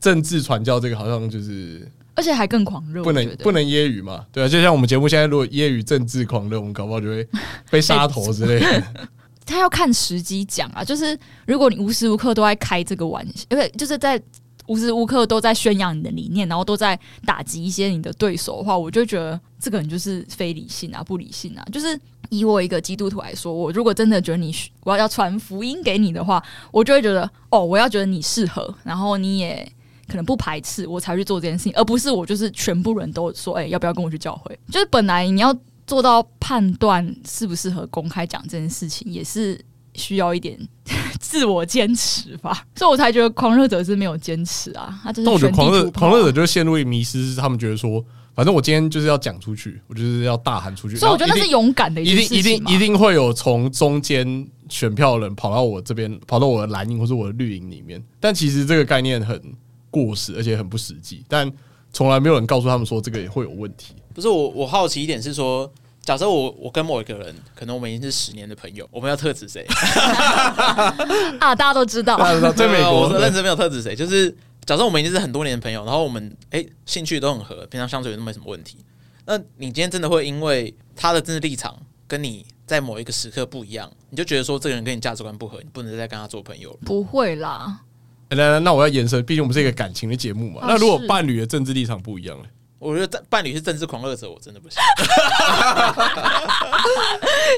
Speaker 2: 政治传教这个好像就是
Speaker 3: 而且还更狂热，
Speaker 2: 不
Speaker 3: 我觉
Speaker 2: 能
Speaker 3: 得
Speaker 2: 不能揶揄嘛，对啊，就像我们节目现在如果揶揄政治狂热，我们搞不好就会 被杀头之类 的。
Speaker 3: 他要看时机讲啊，就是如果你无时无刻都在开这个玩笑，因为就是在无时无刻都在宣扬你的理念，然后都在打击一些你的对手的话，我就觉得这个人就是非理性啊，不理性啊。就是以我一个基督徒来说，我如果真的觉得你需我要要传福音给你的话，我就会觉得哦，我要觉得你适合，然后你也。可能不排斥，我才去做这件事情，而不是我就是全部人都说，哎、要不要跟我去教会？就是本来你要做到判断适不适合公开讲这件事情，也是需要一点 自我坚持吧。所以我才觉得狂热者是没有坚持啊，他就是
Speaker 2: 但我觉得
Speaker 3: 原地
Speaker 2: 狂热
Speaker 3: 突破啊
Speaker 2: 狂热者就陷入一个迷失，是他们觉得说，反正我今天就是要讲出去，我就是要大喊出去。
Speaker 3: 所以我觉得
Speaker 2: 然后一定
Speaker 3: 那是勇敢的
Speaker 2: 一
Speaker 3: 件
Speaker 2: 定
Speaker 3: 事
Speaker 2: 一
Speaker 3: 情
Speaker 2: 定
Speaker 3: 嘛。
Speaker 2: 一定会有从中间选票的人跑到我这边，跑到我的蓝营或是我的绿营里面。但其实这个概念很过时，而且很不实际。但从来没有人告诉他们说这个也会有问题。
Speaker 1: 不是我，我好奇一点是说，假设我我跟某一个人，可能我们已经是十年的朋友，我们要特指谁？
Speaker 3: 啊，大家都知道，
Speaker 2: 在美
Speaker 1: 我是认
Speaker 2: 国，
Speaker 1: 真没有特指谁，就是假设我们已经是很多年的朋友，然后我们哎、兴趣都很合，平常相处也都没什么问题。那你今天真的会因为他的政治立场跟你在某一个时刻不一样，你就觉得说这个人跟你价值观不合，你不能再跟他做朋友了。
Speaker 3: 不会啦，
Speaker 2: 那那那我要延伸，毕竟我们是一个感情的节目嘛。
Speaker 3: 哦
Speaker 2: 那如果
Speaker 3: 是
Speaker 2: 伴侣的政治立场不一样呢？
Speaker 1: 我觉得在伴侣是政治狂热者，我真的不 行，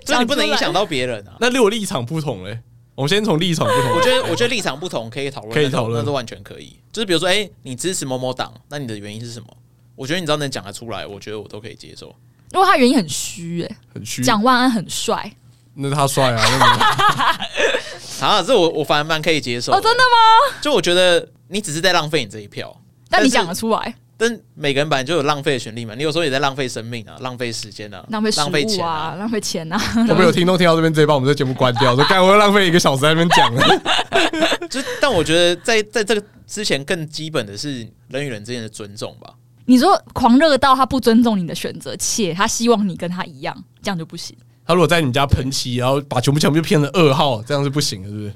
Speaker 1: 就是你不能影响到别人啊。
Speaker 2: 那如果立场不同嘞？我们先从立场不同，
Speaker 1: 我觉得，我觉得立场不同可以讨论，
Speaker 2: 可以讨论
Speaker 1: 那是完全可以。就是比如说，哎、你支持某某党，那你的原因是什么？我觉得你只要能讲得出来，我觉得我都可以接受。
Speaker 3: 如果他原因很虚、欸，
Speaker 2: 很虚。
Speaker 3: 蒋万安很帅
Speaker 2: 那他帅啊，那个
Speaker 1: 啊，这我我反而蛮可以接受
Speaker 3: 哦，真的吗？
Speaker 1: 就我觉得你只是在浪费你这一票，
Speaker 3: 但
Speaker 1: 但
Speaker 3: 你
Speaker 1: 是
Speaker 3: 讲得出来，
Speaker 1: 但每个人本来就有浪费的权利嘛，你有时候也在浪费生命啊，浪费时间啊，
Speaker 3: 浪费食
Speaker 1: 浪费
Speaker 3: 物
Speaker 1: 钱
Speaker 3: 啊，。浪费钱啊，
Speaker 2: 会不会有听众听到这边直接把我们这节目关掉？说干，我又浪费一个小时在那边讲了。
Speaker 1: 就但我觉得在在这个之前，更基本的是人与人之间的尊重吧。
Speaker 3: 你说狂热到他不尊重你的选择，且他希望你跟他一样，这样就不行。
Speaker 2: 他如果在你家喷漆，然后把全部全部就骗成二号，这样是不行的，是不是？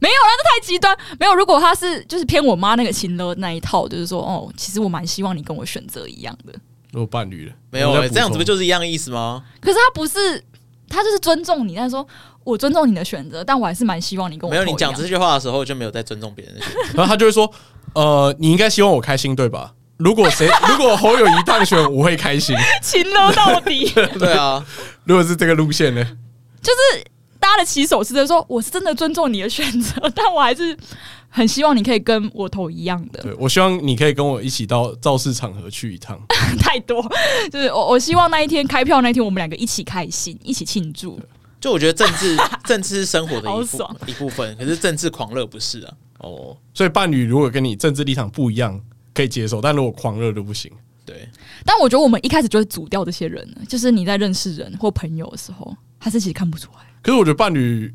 Speaker 3: 没有啦，这太极端。没有，如果他是就是偏我妈那个情勒那一套，就是说哦，其实我蛮希望你跟我选择一样的。
Speaker 2: 如果伴侣了，
Speaker 1: 没有、
Speaker 2: 我们
Speaker 1: 欸，
Speaker 2: 再补
Speaker 1: 这样子
Speaker 2: 充
Speaker 1: 不就是一样的意思吗？
Speaker 3: 可是他不是，他就是尊重你，但是说我尊重你的选择，但我还是蛮希望你跟我
Speaker 1: 没有，你
Speaker 3: 投一
Speaker 1: 讲
Speaker 3: 样
Speaker 1: 这句话的时候就没有在尊重别人的选择。
Speaker 2: 然后他就会说：“呃，你应该希望我开心对吧？如果谁如果侯友谊当选，我会开心。
Speaker 3: 情勒到底，
Speaker 1: 对啊，
Speaker 2: 如果是这个路线呢？
Speaker 3: 就是搭的起手是在说我是真的尊重你的选择，但我还是很希望你可以跟我投一样的。
Speaker 2: 对我希望你可以跟我一起到造势场合去一趟。
Speaker 3: 太多， 就是我我希望那一天开票那一天，我们两个一起开心，一起庆祝。
Speaker 1: 就我觉得政 治政治是生活的
Speaker 3: 好
Speaker 1: 一
Speaker 3: 爽
Speaker 1: 部一部分，可是政治狂热不是啊。
Speaker 2: 哦，所以伴侣如果跟你政治立场不一样，可以接受，但如果狂热就不行。
Speaker 1: 对，
Speaker 3: 但我觉得我们一开始就会组掉这些人了，就是你在认识人或朋友的时候，他自己看不出来。
Speaker 2: 可是我觉得伴侣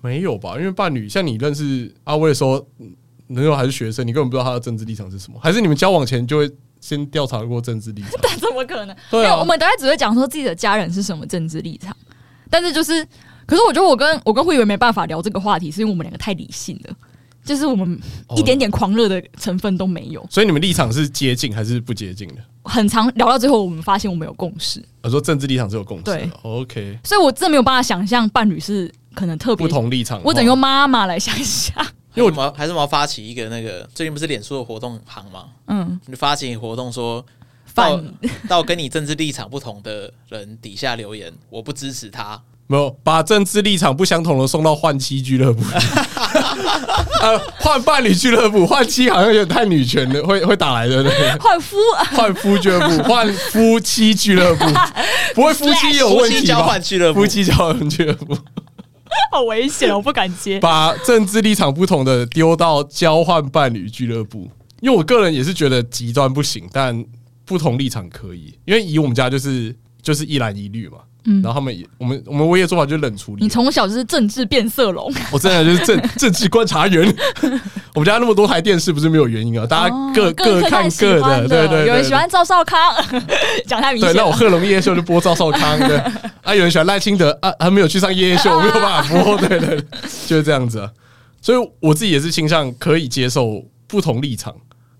Speaker 2: 没有吧，因为伴侣像你认识阿威的时候，嗯那时候还是学生，你根本不知道他的政治立场是什么，还是你们交往前就会先调查过政治立场？
Speaker 3: 但怎么可能？
Speaker 2: 对啊
Speaker 3: 没有，我们大概只会讲说自己的家人是什么政治立场，但是就是，可是我觉得我跟我跟慧媛没办法聊这个话题，是因为我们两个太理性了，就是我们
Speaker 2: 哦
Speaker 3: 一点点狂热的成分都没有。
Speaker 2: 所以你们立场是接近还是不接近的？
Speaker 3: 很常聊到最后，我们发现我们有共识，
Speaker 2: 我说政治立场是有共识的
Speaker 3: 对
Speaker 2: ，OK，
Speaker 3: 所以我真的没有办法想象伴侣是可能特别
Speaker 2: 不。同立场的话，
Speaker 3: 我只能用妈妈来想一下，
Speaker 1: 因为我们要还是我们要发起一个那个最近不是脸书的活动行吗？
Speaker 3: 嗯，
Speaker 1: 你发起活动说到
Speaker 3: 反
Speaker 1: 到跟你政治立场不同的人底下留言，我不支持他。
Speaker 2: 没有把政治立场不相同的送到换妻俱乐部，呃，换伴侣俱乐部，换妻好像有点太女权了，会会打来的。对
Speaker 3: 换夫
Speaker 2: 换夫俱乐部，换夫妻俱乐部，不会夫妻有
Speaker 1: 夫
Speaker 2: 问题
Speaker 1: 妻交
Speaker 2: 吧
Speaker 1: 换？俱乐部
Speaker 2: 夫，妻交换俱乐部，
Speaker 3: 好危险，我不敢接。
Speaker 2: 把政治立场不同的丢到交换伴侣俱乐部。因为我个人也是觉得极端不行，但不同立场可以。因为以我们家就是就是一蓝一绿嘛，然后他们也我们我们唯一的做法就是冷处理
Speaker 3: 嗯你。从小就是政治变色龙，
Speaker 2: 我真的就是政 政治观察员。 我们家那么多台电视不是没有原因啊，大家各、
Speaker 3: 哦
Speaker 2: 各
Speaker 3: 看
Speaker 2: 看
Speaker 3: 喜
Speaker 2: 各
Speaker 3: 欢
Speaker 2: 对对对，
Speaker 3: 有人喜
Speaker 2: 对
Speaker 3: 欢赵少康， 讲太明
Speaker 2: 对，
Speaker 3: 显
Speaker 2: 那我
Speaker 3: 了。
Speaker 2: 贺龙夜夜秀就播赵少康的 啊，有人喜欢赖清德啊，还没有去上夜夜秀，我没有办法播，对对，对就是这样子、啊。所以我自己也是倾向可以接受不同立场，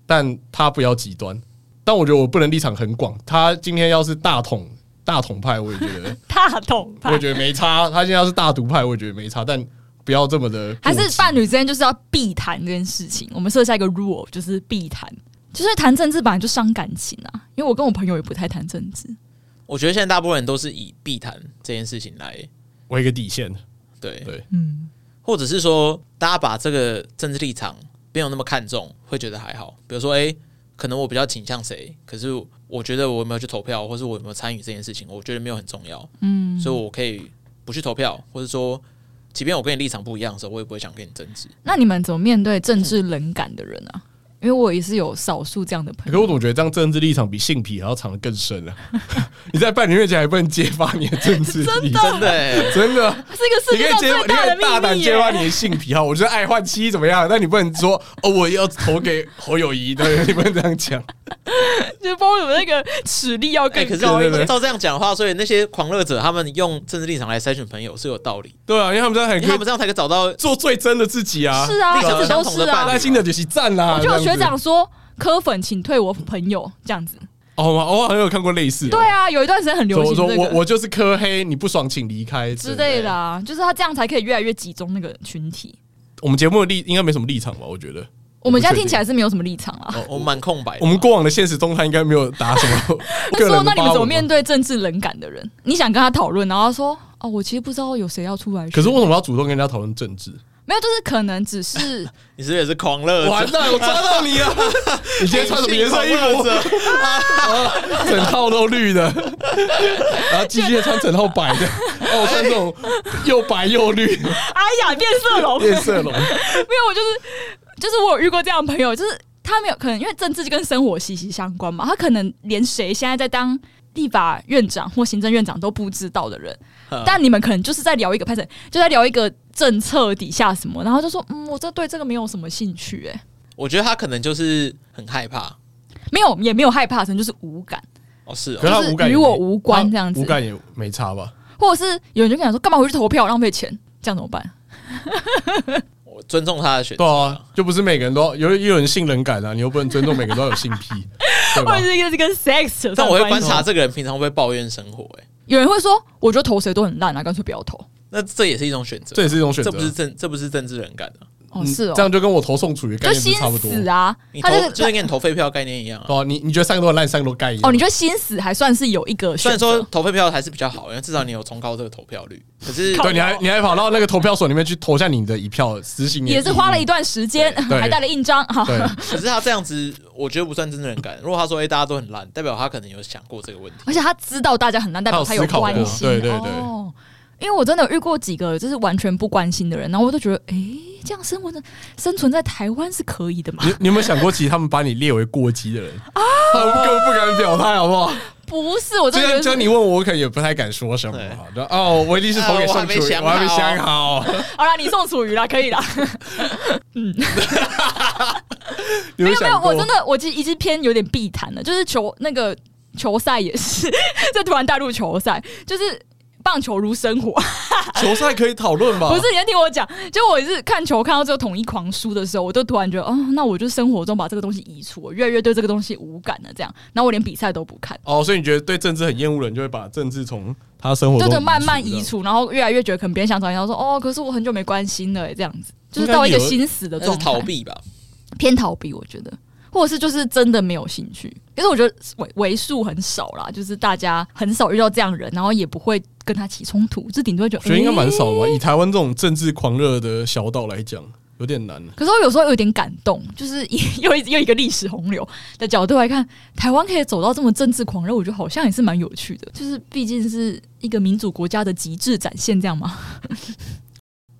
Speaker 2: 但他不要极端。但我觉得我不能立场很广，他今天要是大统大统派，我也觉 得
Speaker 3: 大统
Speaker 2: 我也
Speaker 3: 派
Speaker 2: 觉得没差；他今天要是大独派，我也觉得没差，但不要这么的过
Speaker 3: 还是
Speaker 2: 激
Speaker 3: 伴侣之间就是要避谈这件事情，我们设下一个 rule 就是避谈，就是谈政治本来就伤感情啊。因为我跟我朋友也不太谈政治，
Speaker 1: 我觉得现在大部分人都是以避谈这件事情来
Speaker 2: 为一个底线。
Speaker 1: 对，
Speaker 2: 对，
Speaker 3: 嗯，
Speaker 1: 或者是说大家把这个政治立场没有那么看重，会觉得还好。比如说，诶，可能我比较倾向谁，可是我觉得我有没有去投票，或是我有没有参与这件事情，我觉得没有很重要。嗯，所以我可以不去投票，或者说，即便我跟你立场不一样的时候，我也不会想跟你争 执。
Speaker 3: 那你们怎么面对
Speaker 2: 嗯
Speaker 3: 政治冷感的人啊？因为我也是有少数这样的朋
Speaker 2: 可我
Speaker 3: 友，啊
Speaker 2: 总觉得这样政治立场比性癖还要藏得更 深了、你在伴侣面前还不能揭发你的政治立场，
Speaker 1: 真的、欸，
Speaker 2: 真的，啊
Speaker 3: 这个世
Speaker 2: 你可
Speaker 3: 界
Speaker 2: 以
Speaker 3: 上
Speaker 2: 揭，你
Speaker 3: 最大
Speaker 2: 可
Speaker 3: 的
Speaker 2: 以大
Speaker 3: 秘
Speaker 2: 胆
Speaker 3: 密
Speaker 2: 揭
Speaker 3: 耶、
Speaker 2: 发你的性癖好，我就是爱换妻怎么样？但你不能 说哦，我要投给侯友谊，对，你不能这样 讲。
Speaker 3: 就是包括我们那个实力要
Speaker 1: 哎、
Speaker 3: 更
Speaker 1: 可是
Speaker 3: 高一点。
Speaker 1: 照这样讲的话，所以那些狂热者他们用政治立场来筛选朋友是有道理，
Speaker 2: 对啊，因为他们这样很
Speaker 1: 因为
Speaker 2: 可
Speaker 1: 他
Speaker 2: 以
Speaker 1: 们这样才可以找到哦
Speaker 2: 做最真的自己啊。
Speaker 3: 是啊，
Speaker 1: 立场
Speaker 3: 这
Speaker 1: 相
Speaker 3: 都
Speaker 1: 同
Speaker 3: 是
Speaker 1: 的
Speaker 3: 啊
Speaker 1: 伴侣。
Speaker 2: 赖清德就是赞啦。
Speaker 3: 我就有学
Speaker 2: 这样
Speaker 3: 长
Speaker 2: 子
Speaker 3: 说，科粉请退我朋友这样子。
Speaker 2: 哦，我我好像有看过类似的。
Speaker 3: 对啊，有一段时间很
Speaker 2: 说，
Speaker 3: 流
Speaker 2: 我
Speaker 3: 行
Speaker 2: 说
Speaker 3: 这
Speaker 2: 我
Speaker 3: 个
Speaker 2: 我就是科黑，你不爽请离开
Speaker 3: 之类的。啊，就是他这样才可以越来越集中那个群体。
Speaker 2: 我们节目的立应该没什么立场吧？我觉得
Speaker 3: 我们现在听起来是没有什么立场啊。
Speaker 1: 我我哦蛮空白的吧。
Speaker 2: 我们过往的现实动态应该没有打什么
Speaker 3: 那
Speaker 2: 个人的
Speaker 3: 说，那你们
Speaker 2: 发
Speaker 3: 怎么
Speaker 2: 文吧
Speaker 3: 面对政治冷感的人？你想跟他讨论，然后他说：“哦，我其实不知道有谁要出来选。”
Speaker 2: 可是为什么要主动跟人家讨论政 治？
Speaker 3: 没有，就是可能只是
Speaker 1: 你是不是也是狂热者？
Speaker 2: 完蛋，我抓到你了！ 你今天 穿什么颜色衣
Speaker 1: 狂热
Speaker 2: 服？
Speaker 1: 者
Speaker 2: 整套都绿 的，然后机械穿整套白的，哦，我穿这种又白又绿
Speaker 3: 哎呀变色龙，没
Speaker 2: 变色龙。
Speaker 3: 有，我就是就是我有遇过这样的朋友，就是。他没有可能，因为政治跟生活息息相关嘛，他可能连谁现在在当立法院长或行政院长都不知道的人，
Speaker 1: 嗯
Speaker 3: 但你们可能就是在聊一个拍成，就在聊一个政策底下什么，然后就说，嗯，我这对这个没有什么兴趣、欸，
Speaker 1: 我觉得他可能就是很害怕。
Speaker 3: 没有也没有害怕，可能就是无感，
Speaker 1: 哦，是
Speaker 2: 可
Speaker 1: 哦，
Speaker 2: 是他
Speaker 3: 就是
Speaker 2: 无感也
Speaker 3: 与
Speaker 2: 没
Speaker 3: 我无关
Speaker 2: 他
Speaker 3: 这样子
Speaker 2: 无感也没差吧？
Speaker 3: 或者是有人就跟你讲说，干嘛回去投票浪费钱，这样怎么办？
Speaker 1: 我尊重他的选择
Speaker 2: 对。 啊，就不是每个人都要有，也有人性冷感啊，你又不能尊重每个人都要有性 癖，对
Speaker 3: 或
Speaker 2: 吧
Speaker 3: 者？是跟跟 sex 有
Speaker 1: 但我会
Speaker 3: 关
Speaker 1: 观
Speaker 3: 系
Speaker 1: 察这个人平常会不会抱怨生活、欸，
Speaker 3: 有人会说，我觉得投谁都很烂啊，干脆不要投。
Speaker 1: 那这也是一种选择，啊
Speaker 2: 这也是一种选择啊
Speaker 1: 这不是政，这不是政治人感啊，
Speaker 3: 哦，
Speaker 2: 嗯
Speaker 3: 是哦，
Speaker 2: 这样就跟我投送主义概念不
Speaker 3: 就心
Speaker 2: 是差不多。
Speaker 3: 死啊
Speaker 1: 你，投
Speaker 3: 他
Speaker 1: 就是是跟你投废票概念一样啊。
Speaker 2: 对啊，你你觉得三个都很烂，三个都盖一样
Speaker 3: 哦，你觉得心死还算是有一
Speaker 2: 啊
Speaker 3: 个
Speaker 1: 虽
Speaker 3: 选
Speaker 1: 然
Speaker 3: 择，
Speaker 1: 说投废票还是比较好，因为至少你有冲高这个投票率。可是
Speaker 3: 靠
Speaker 2: 对，你还你还跑到那个投票所里面去投下你的一票，实行你的
Speaker 3: 也是花了
Speaker 2: 义
Speaker 3: 一啊段时间，
Speaker 2: 对
Speaker 3: 还带了印章哈
Speaker 2: 务。。对，
Speaker 1: 可是他这样子，我觉得不算真正人感。如果他说“哎、大家都很烂”，代表他可能有想过这个问题。
Speaker 3: 而且他知道大家很烂，代表
Speaker 2: 他有
Speaker 3: 有
Speaker 2: 思考过
Speaker 3: 关心，
Speaker 2: 对对对
Speaker 3: 哦。因为我真的有遇过几个就是完全不关心的人，然后我都觉得，诶，这样生活的生存在台湾是可以的 吗？
Speaker 2: 你你有没有想过，其实他们把你列为过激的人，他们根本不敢表态，好不好？
Speaker 3: 不是，啊我
Speaker 2: 就
Speaker 3: 真的
Speaker 2: 像
Speaker 3: 觉得
Speaker 2: 就你问我，我可能也不太敢说什么。就哦，我一定是投给宋楚瑜，
Speaker 1: 啊
Speaker 2: 我
Speaker 1: 我还
Speaker 2: 还
Speaker 1: 没
Speaker 2: 没想
Speaker 1: 想
Speaker 2: 好。
Speaker 3: 好啦，你宋楚瑜啦，可以啦。
Speaker 2: 你 有
Speaker 3: 没有没有，
Speaker 2: 想过
Speaker 3: 我真的我其实已经偏有点避谈了，就是球那个球赛也是，这突然带入球赛，就是棒球如生活。
Speaker 2: 球赛可以讨论吧？
Speaker 3: 不是，你先听我讲，就我也是看球看到这个统一狂输的时候，我就突然觉得，哦，那我就生活中把这个东西移除，我越来越对这个东西无感了。这样，然后我连比赛都不看，
Speaker 2: 哦，所以你觉得对政治很厌恶的人，就会把政治从他生活
Speaker 3: 就
Speaker 2: 中
Speaker 3: 就慢慢移
Speaker 2: 除
Speaker 3: 除，然后越来越觉得可能别人想找你，然后说，哦，可是我很久没关心了、欸，这样子，就
Speaker 2: 应
Speaker 3: 是
Speaker 2: 该
Speaker 3: 到一个
Speaker 2: 有
Speaker 3: 心死的
Speaker 1: 那
Speaker 3: 状
Speaker 1: 是
Speaker 3: 态，
Speaker 1: 逃避吧？
Speaker 3: 偏逃避，我觉得，或者是就是真的没有兴趣。可是我觉得为为数很少啦，就是大家很少遇到这样人，然后也不会跟他起冲突，就顶多会觉
Speaker 2: 的。
Speaker 3: 得
Speaker 2: 我觉得应该蛮少
Speaker 3: 欸
Speaker 2: 的吧？以台湾这种政治狂热的小岛来讲，有点难。
Speaker 3: 可是我有时候有点感动，就是以又一 又一个历史洪流的角度来看，台湾可以走到这么政治狂热，我觉得好像也是蛮有趣的。就是毕竟是一个民主国家的极致展现，这样嘛。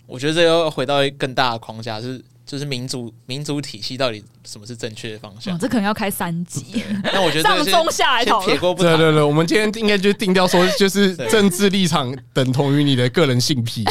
Speaker 1: 我觉得这要回到一个更大的框架，就是就是民主民主体系到底什么是正确的方
Speaker 3: 哇
Speaker 2: 啊
Speaker 1: 向？
Speaker 3: 这可能要开三 集，
Speaker 1: 那我觉得
Speaker 3: 上
Speaker 1: 这个
Speaker 3: 中
Speaker 1: 先
Speaker 3: 下来
Speaker 1: 先
Speaker 3: 讨
Speaker 1: 撇
Speaker 3: 论。
Speaker 1: 过不
Speaker 2: 对
Speaker 1: 谈。
Speaker 2: 对对，我们今天应该就定调说， 就是
Speaker 1: 对
Speaker 2: 政治立场等同于你的个人性癖。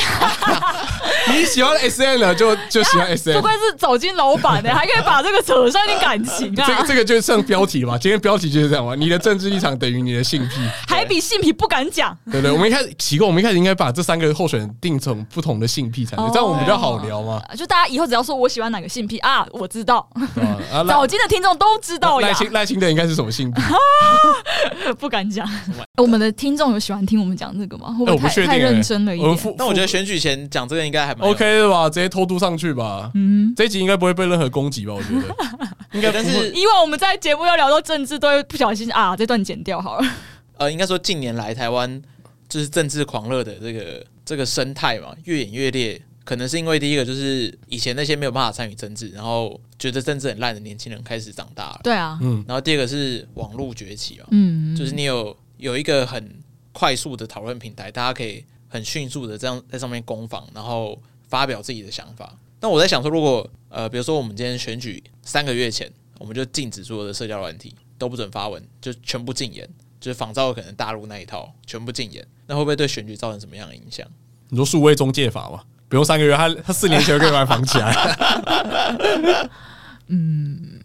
Speaker 2: 你喜欢 S N 了，就就喜欢 S
Speaker 3: 不
Speaker 2: N
Speaker 3: 愧。是走进老板 欸的、还可以把这个扯上点感情
Speaker 2: 这个
Speaker 3: 啊，
Speaker 2: 这个就上标题了吧？ 今天标题就是这样嘛，你的政治立场等于你的性癖，
Speaker 3: 还比性癖不敢讲。
Speaker 2: 对不对？我们一开始奇怪，我们一开始应该把这三个候选人定成不同的性癖才对，
Speaker 3: 哦
Speaker 2: 这样我们比较好聊 嘛，
Speaker 3: 就大家以后只要说我喜欢哪个性癖啊，我知道，
Speaker 2: 对吧？啊，赖
Speaker 3: 早金的听众都知道
Speaker 2: 赖
Speaker 3: 呀，
Speaker 2: 清赖清德应该是什么性癖？
Speaker 3: 不 敢讲。我们的听众有喜欢 听我们讲这个吗？会不
Speaker 2: 哎
Speaker 3: 会
Speaker 2: 我不
Speaker 3: 太
Speaker 2: 确定
Speaker 3: 太
Speaker 2: 哎
Speaker 3: 认真了一
Speaker 2: 我们
Speaker 3: 点？
Speaker 2: 付
Speaker 1: 那我觉得选举前讲这个应该还蛮有
Speaker 2: OK 的吧，直接偷渡上去吧。
Speaker 3: 嗯，
Speaker 2: 这一集应该不会被任何攻击吧？我觉得应
Speaker 1: 对
Speaker 2: 该
Speaker 1: 但
Speaker 2: 不会
Speaker 1: 是
Speaker 3: 以往我们在节目要聊到政治，都会不小心啊，这段剪掉好了。
Speaker 1: 呃，应该说近年来台湾就是政治狂热的这个这个生态嘛，越演越烈。可能是因为第一个就是以前那些没有办法参与政治，然后觉得政治很烂的年轻人开始长大了，
Speaker 3: 对啊，
Speaker 2: 嗯，
Speaker 1: 然后第二个是网络崛起啊，
Speaker 3: 嗯，
Speaker 1: 就是你有有一个很快速的讨论平台，大家可以很迅速的这样在上面攻防，然后发表自己的想法。那我在想说，如果呃，比如说我们今天选举三个月前，我们就禁止所有的社交软体都不准发文，就全部禁言，就是仿照可能大陆那一套，全部禁言，那会不会对选举造成什么样的影响？
Speaker 2: 你说数位中介法嘛，不用三个月，他他四年前就可以把它绑起来。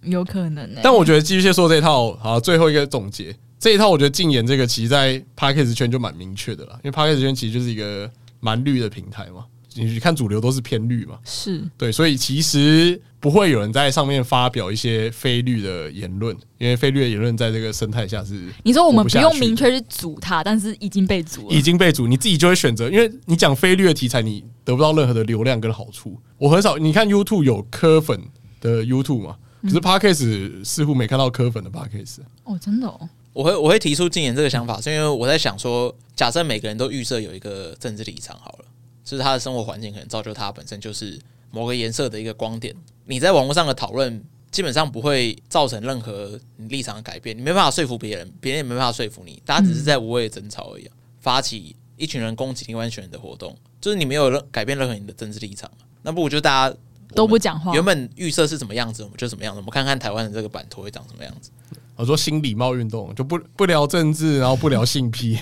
Speaker 3: 有可能欸呢、
Speaker 2: 但我觉得继续说这一套，好，最后一个总结，这一套我觉得禁言这个其实在 p a c k a g e 圈就蛮明确的啦，因为 p a c k a g e 圈其实就是一个蛮绿的平台嘛，你看主流都是偏绿嘛，
Speaker 3: 是
Speaker 2: 对，所以其实不会有人在上面发表一些非绿的言论，因为非绿的言论在这个生态下是
Speaker 3: 你说我们不
Speaker 2: 活下
Speaker 3: 用
Speaker 2: 去的
Speaker 3: 明确去阻它，但是已经被阻
Speaker 2: 已
Speaker 3: 了。
Speaker 2: 经被阻，你自己就会选择，因为你讲非律的题材，你得不到任何的流量跟好处。我很少，你看 YouTube 有科粉的 YouTube 嘛，可是 Podcast 似乎没看到科粉的 Podcast。啊
Speaker 3: 哦，真的哦，
Speaker 1: 我会我会提出禁言这个想法，是因为我在想说，假设每个人都预设有一个政治立场好了，就是他的生活环境可能造就他本身就是某个颜色的一个光点。你在网络上的讨论基本上不会造成任何你立场的改变，你没办法说服别人，别人也没办法说服你，大家只是
Speaker 3: 嗯
Speaker 1: 在无谓的争吵而已啊、发起啊一群人攻击另外一群人的活动，就是你没有任改变任何你的政治立场嘛那不如就大家
Speaker 3: 都不讲话
Speaker 1: 原本预设是怎么样子，我们就怎么样子。我们看看台湾的这个版图会长什么样子。
Speaker 2: 我说新礼貌运动就不不聊政治，然后不聊性癖。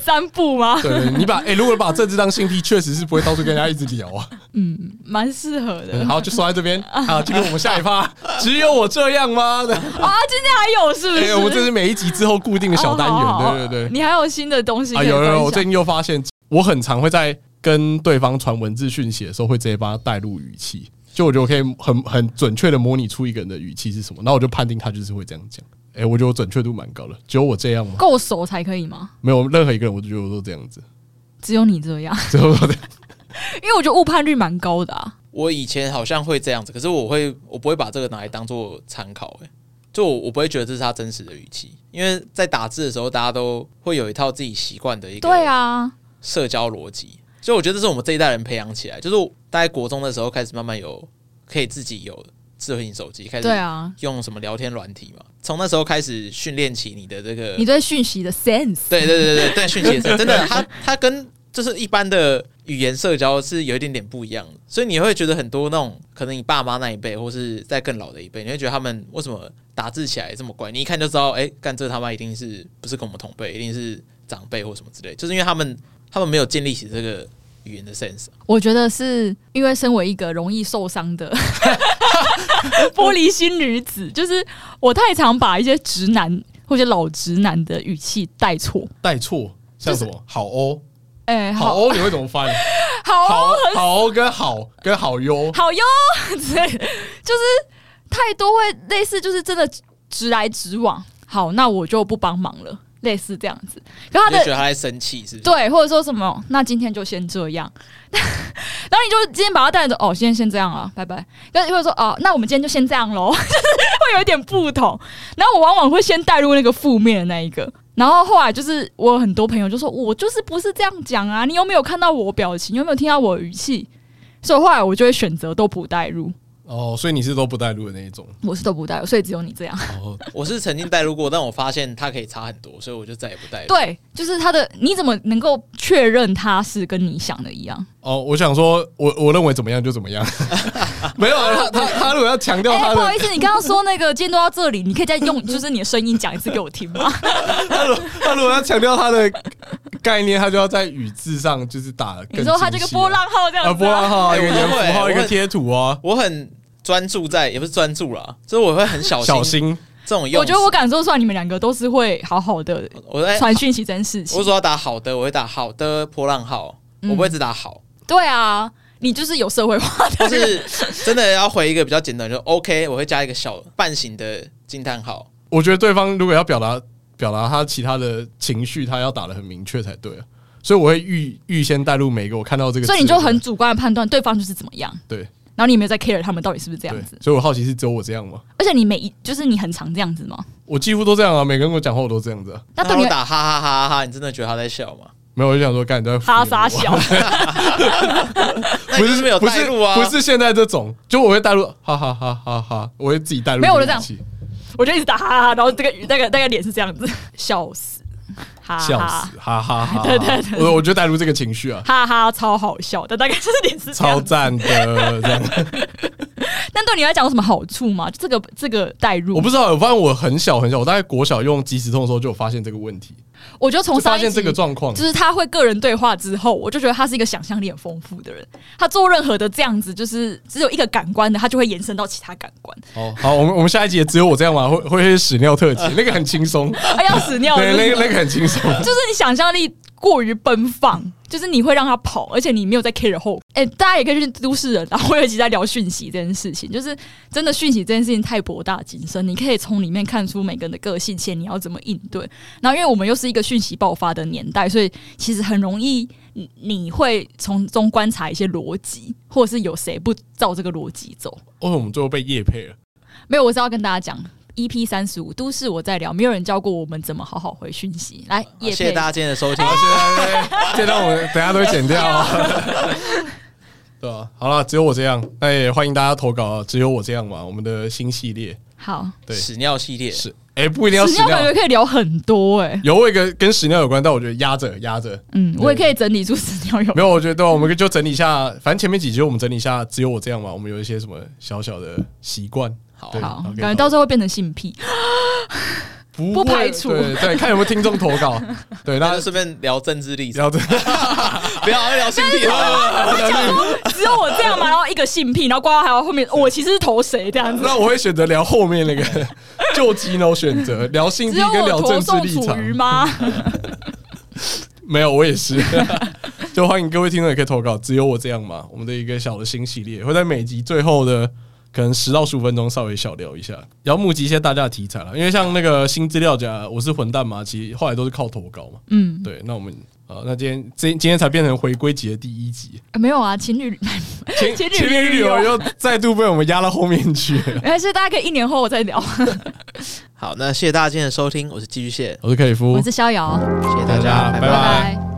Speaker 3: 三步吗？
Speaker 2: 对你把哎、如果把政治当性癖，确实是不会到处跟人家一直聊啊。
Speaker 3: 嗯，蛮适合的。
Speaker 2: 嗯好，就说在这边好，进入我们下一趴。只有我这样吗？
Speaker 3: 啊，今天还有是不
Speaker 2: 哎、
Speaker 3: 是？
Speaker 2: 我们这是每一集之后固定的小单元，
Speaker 3: 哦好好好
Speaker 2: 对对对。
Speaker 3: 你还有新的东西
Speaker 2: 啊，
Speaker 3: 可以
Speaker 2: 有有
Speaker 3: 分享
Speaker 2: 有，我最近又发现，我很常会在跟对方传文字讯息的时候，会直接帮他带入语气，就我觉得我可以很很准确的模拟出一个人的语气是什么，然后我就判定他就是会这样讲。哎、我觉得我准确度蛮高的，只有我这样吗？
Speaker 3: 够熟才可以吗？
Speaker 2: 没有任何一个人，我都觉得我都这样子，
Speaker 3: 只有你这样，
Speaker 2: 只有我这样。
Speaker 3: 因为我觉得误判率蛮高的啊。
Speaker 1: 我以前好像会这样子，可是我会我不会把这个拿来当做参考、欸，就我我不会觉得这是他真实的语气，因为在打字的时候，大家都会有一套自己习惯的一
Speaker 3: 对
Speaker 1: 个
Speaker 3: 啊，
Speaker 1: 社交逻辑，所以我觉得这是我们这一代人培养起来，就是大概国中的时候开始慢慢有可以自己有智慧型手机，开始
Speaker 3: 对啊，
Speaker 1: 用什么聊天软体嘛，从那时候开始训练起你的这个
Speaker 3: 你对讯息的 sense
Speaker 1: 对对对对对，讯息也是真的，它它跟就是一般的语言社交是有一点点不一样的，所以你会觉得很多那种可能你爸妈那一辈，或是在更老的一辈，你会觉得他们为什么打字起来这么怪？你一看就知道，哎、干这他妈一定是不是跟我们同辈，一定是长辈或什么之类，就是因为他们他们没有建立起这个语言的 sense。
Speaker 3: 我觉得是因为身为一个容易受伤的 玻璃心女子，就是我太常把一些直男或者老直男的语气带错。
Speaker 2: 带错，像什么、好欧，
Speaker 3: 哎、
Speaker 2: 好哦
Speaker 3: 好哦
Speaker 2: 欧你会怎么 翻？
Speaker 3: 好
Speaker 2: 好好欧跟好跟好优，
Speaker 3: 好哟 之类的，就是太多会类似，就是真的直来直往。好，那我就不帮忙了，类似这样子。可他
Speaker 1: 你就
Speaker 3: 的
Speaker 1: 觉得他在生气，是不是？
Speaker 3: 对，或者说什么，那今天就先这样。 然后你就今天把他带走，哦，今天先这样啊，拜拜。但或者说，哦，那我们今天就先这样喽， 就是会有一点不同。然后我往往会先带入那个负面的那一个。然后后来就是我很多朋友就说，我就是不是这样讲啊，你有没有看到我表情？有没有听到我语气？所以后来我就会选择都不带入，
Speaker 2: 哦，所以你是都不带入的那一种。
Speaker 3: 我是都不带入，所以只有你这样。
Speaker 2: 哦，
Speaker 1: 我是曾经带入过，但我发现它可以差很多，所以我就再也不带入。
Speaker 3: 对，就是他的，你怎么能够确认他是跟你想的一样？
Speaker 2: 哦，我想说，我我认为怎么样就怎么 样，没有啊，他他他如果要强调
Speaker 3: 哎、
Speaker 2: 他
Speaker 3: 不
Speaker 2: 的
Speaker 3: 好意思，你刚刚说那个监督到这里，你可以再 用就是你的声音讲一次给我听吗？
Speaker 2: 他如他如果要强调他的概念，他就要在语字上就是打 更
Speaker 3: 你说他这个
Speaker 2: 清晰啊
Speaker 3: 波浪号这
Speaker 2: 啊，
Speaker 3: 样子、
Speaker 2: 波浪
Speaker 3: 啊，
Speaker 2: 号啊，
Speaker 1: 哎
Speaker 2: 一个圆符
Speaker 1: 我
Speaker 2: 号，
Speaker 1: 会
Speaker 2: 一个贴图啊，
Speaker 1: 我很专注在，也不是专注啦，就是我会很小
Speaker 2: 小心
Speaker 1: 这种用词。
Speaker 3: 我觉得我感受出来你们两个都是会好好的
Speaker 2: 哎
Speaker 1: 我在
Speaker 3: 传讯息这件事情
Speaker 1: 我。说要打好的，我会打好的波浪号，
Speaker 3: 嗯
Speaker 1: 我不会只打好，
Speaker 3: 对啊，你就是有社会化的
Speaker 1: 但
Speaker 3: 人，
Speaker 1: 是真的要回一个比较简单，就 OK，我会加一个小半形的惊叹号。
Speaker 2: 我觉得对方如果要表达表达他其他的情绪，他要打的很明确才对啊。所以我会预预先带入每一个我看到这个字的
Speaker 3: 所以
Speaker 2: 人，
Speaker 3: 你就很主观的判断对方就是怎么样，
Speaker 2: 对
Speaker 3: 然后你也没有在 care 他们到底是不是这
Speaker 2: 对
Speaker 3: 样子。，
Speaker 2: 所以我好奇是只有我这样吗？
Speaker 3: 而且你每一就是你很常这样子吗？
Speaker 2: 我几乎都这样啊，每个人跟我讲话我都这样子、啊，
Speaker 3: 那对
Speaker 1: 如
Speaker 3: 你
Speaker 1: 果打哈哈哈哈哈，你真的觉得他在笑吗？
Speaker 2: 没有我就想说，干你都在敷衍
Speaker 3: 哈
Speaker 2: 我
Speaker 3: 傻笑，
Speaker 1: 那你就是没有
Speaker 2: 不
Speaker 1: 带
Speaker 2: 是
Speaker 1: 入啊，
Speaker 2: 不是现在这种，就我会带入，哈哈哈哈哈，我会自己带入
Speaker 3: 没有
Speaker 2: 个
Speaker 3: 我就这样
Speaker 2: 语气，
Speaker 3: 我就一直打哈哈哈，然后这个那个那个脸是这样子，笑死，哈哈，
Speaker 2: 笑死，哈哈哈，
Speaker 3: 啊对对对
Speaker 2: 我我就带入这个情绪啊，
Speaker 3: 哈哈，超好笑的，大概就是脸是这样
Speaker 2: 超
Speaker 3: 子。
Speaker 2: 赞的，这样。
Speaker 3: 但对你来讲有什么好处吗？就这个这个代入，
Speaker 2: 我不知道，我发现我很小很小，我大概国小用即时通的时候就有发现这个问题，
Speaker 3: 我觉得从
Speaker 2: 就
Speaker 3: 上
Speaker 2: 发
Speaker 3: 一集
Speaker 2: 现这个状况
Speaker 3: 就。是他会个人对话之后，我就觉得他是一个想象力很丰富的人。他做任何的这样子，就是只有一个感官的，他就会延伸到其他感官。
Speaker 2: 哦，好，我们我们下一集也只有我这样玩，会会是屎尿 特辑，那个很轻松，
Speaker 3: 他哎要 屎尿，
Speaker 2: 对，那
Speaker 3: 就是
Speaker 2: 个那个很轻松。
Speaker 3: 就是你想象力过于奔放，就是你会让他跑，而且你没有在 care 后。哎、大家也可以去都市人，然后我有一集在聊讯息这件事情，就是真的讯息这件事情太博大精深，你可以从里面看出每个人的个性，且你要怎么应对。然后，因为我们又是一个讯息爆发的年代，所以其实很容易。你你会从中观察一些逻辑，或者是有谁不照这个逻辑走？
Speaker 2: 哦，我们最后被夜配 了，
Speaker 3: 没有，我是要跟大家讲，EP 三十五都市我在聊，没有人教过我们怎么好好回讯息。来，
Speaker 1: 好
Speaker 3: 叶
Speaker 1: 谢谢
Speaker 3: 佩
Speaker 1: 大家今天的收听。
Speaker 2: 好，现在这段我们等一下都会剪掉 啊。对啊，好了，只有我这样，哎那也欢迎大家投稿啊，只有我这样嘛，我们的新系列，
Speaker 3: 好。
Speaker 2: 对，
Speaker 1: 屎尿系列，
Speaker 2: 是哎、不一定要
Speaker 3: 屎
Speaker 2: 屎
Speaker 3: 尿感觉
Speaker 2: 尿。
Speaker 3: 可以聊很多哎、
Speaker 2: 有我一个跟屎尿有关，但我觉得压着压着
Speaker 3: 嗯，我也可以整理出屎尿有
Speaker 2: 没有，我觉得对啊我们就整理一下，反正前面几集我们整理一下，只有我这样嘛，我们有一些什么小小的习惯，
Speaker 1: 好
Speaker 2: 对
Speaker 3: 好，
Speaker 2: OK，
Speaker 3: 感觉到时候会变成 性癖。
Speaker 2: 不会
Speaker 3: 不排除
Speaker 2: 对对，看有没有听众投稿，对，
Speaker 1: 那
Speaker 2: 那
Speaker 1: 就顺便聊政治立场，
Speaker 2: 聊这
Speaker 1: 不要聊性癖好了。
Speaker 3: 只有我这样嘛，然后一个性癖，然后挂到还有后面，我其实是投谁这 样子。
Speaker 2: 那我会选择聊后面那个就极脑选择，聊性
Speaker 3: 只
Speaker 2: 癖
Speaker 3: 有
Speaker 2: 跟
Speaker 3: 我
Speaker 2: 聊政
Speaker 3: 投
Speaker 2: 治
Speaker 3: 送
Speaker 2: 立
Speaker 3: 楚
Speaker 2: 场。
Speaker 3: 瑜 吗？
Speaker 2: 没有，我也是。 就欢迎各位听众也可以投稿，只有我这样嘛。我们的一个小的新系列会在每集最后的可能十到十五分钟稍微小聊一下，也要募集一些大家的题材了。因为像那个新资料夹，我是混蛋嘛，其实后来都是靠投稿嘛。
Speaker 3: 嗯，
Speaker 2: 对，那我们呃，那今天今今天才变成回归集的第一集，
Speaker 3: 没有啊，情侣，
Speaker 2: 前
Speaker 3: 情侣
Speaker 2: 前面旅
Speaker 3: 旅游
Speaker 2: 游又再度被我们压到后面去了
Speaker 3: 没关系，大家可以一年后我再聊。
Speaker 1: 好，那谢谢大家今天的收听，我是寄居蟹，
Speaker 2: 我是可以夫，
Speaker 3: 我是逍遥，
Speaker 1: 谢谢大
Speaker 2: 大家
Speaker 1: 家，
Speaker 2: 拜
Speaker 3: 拜拜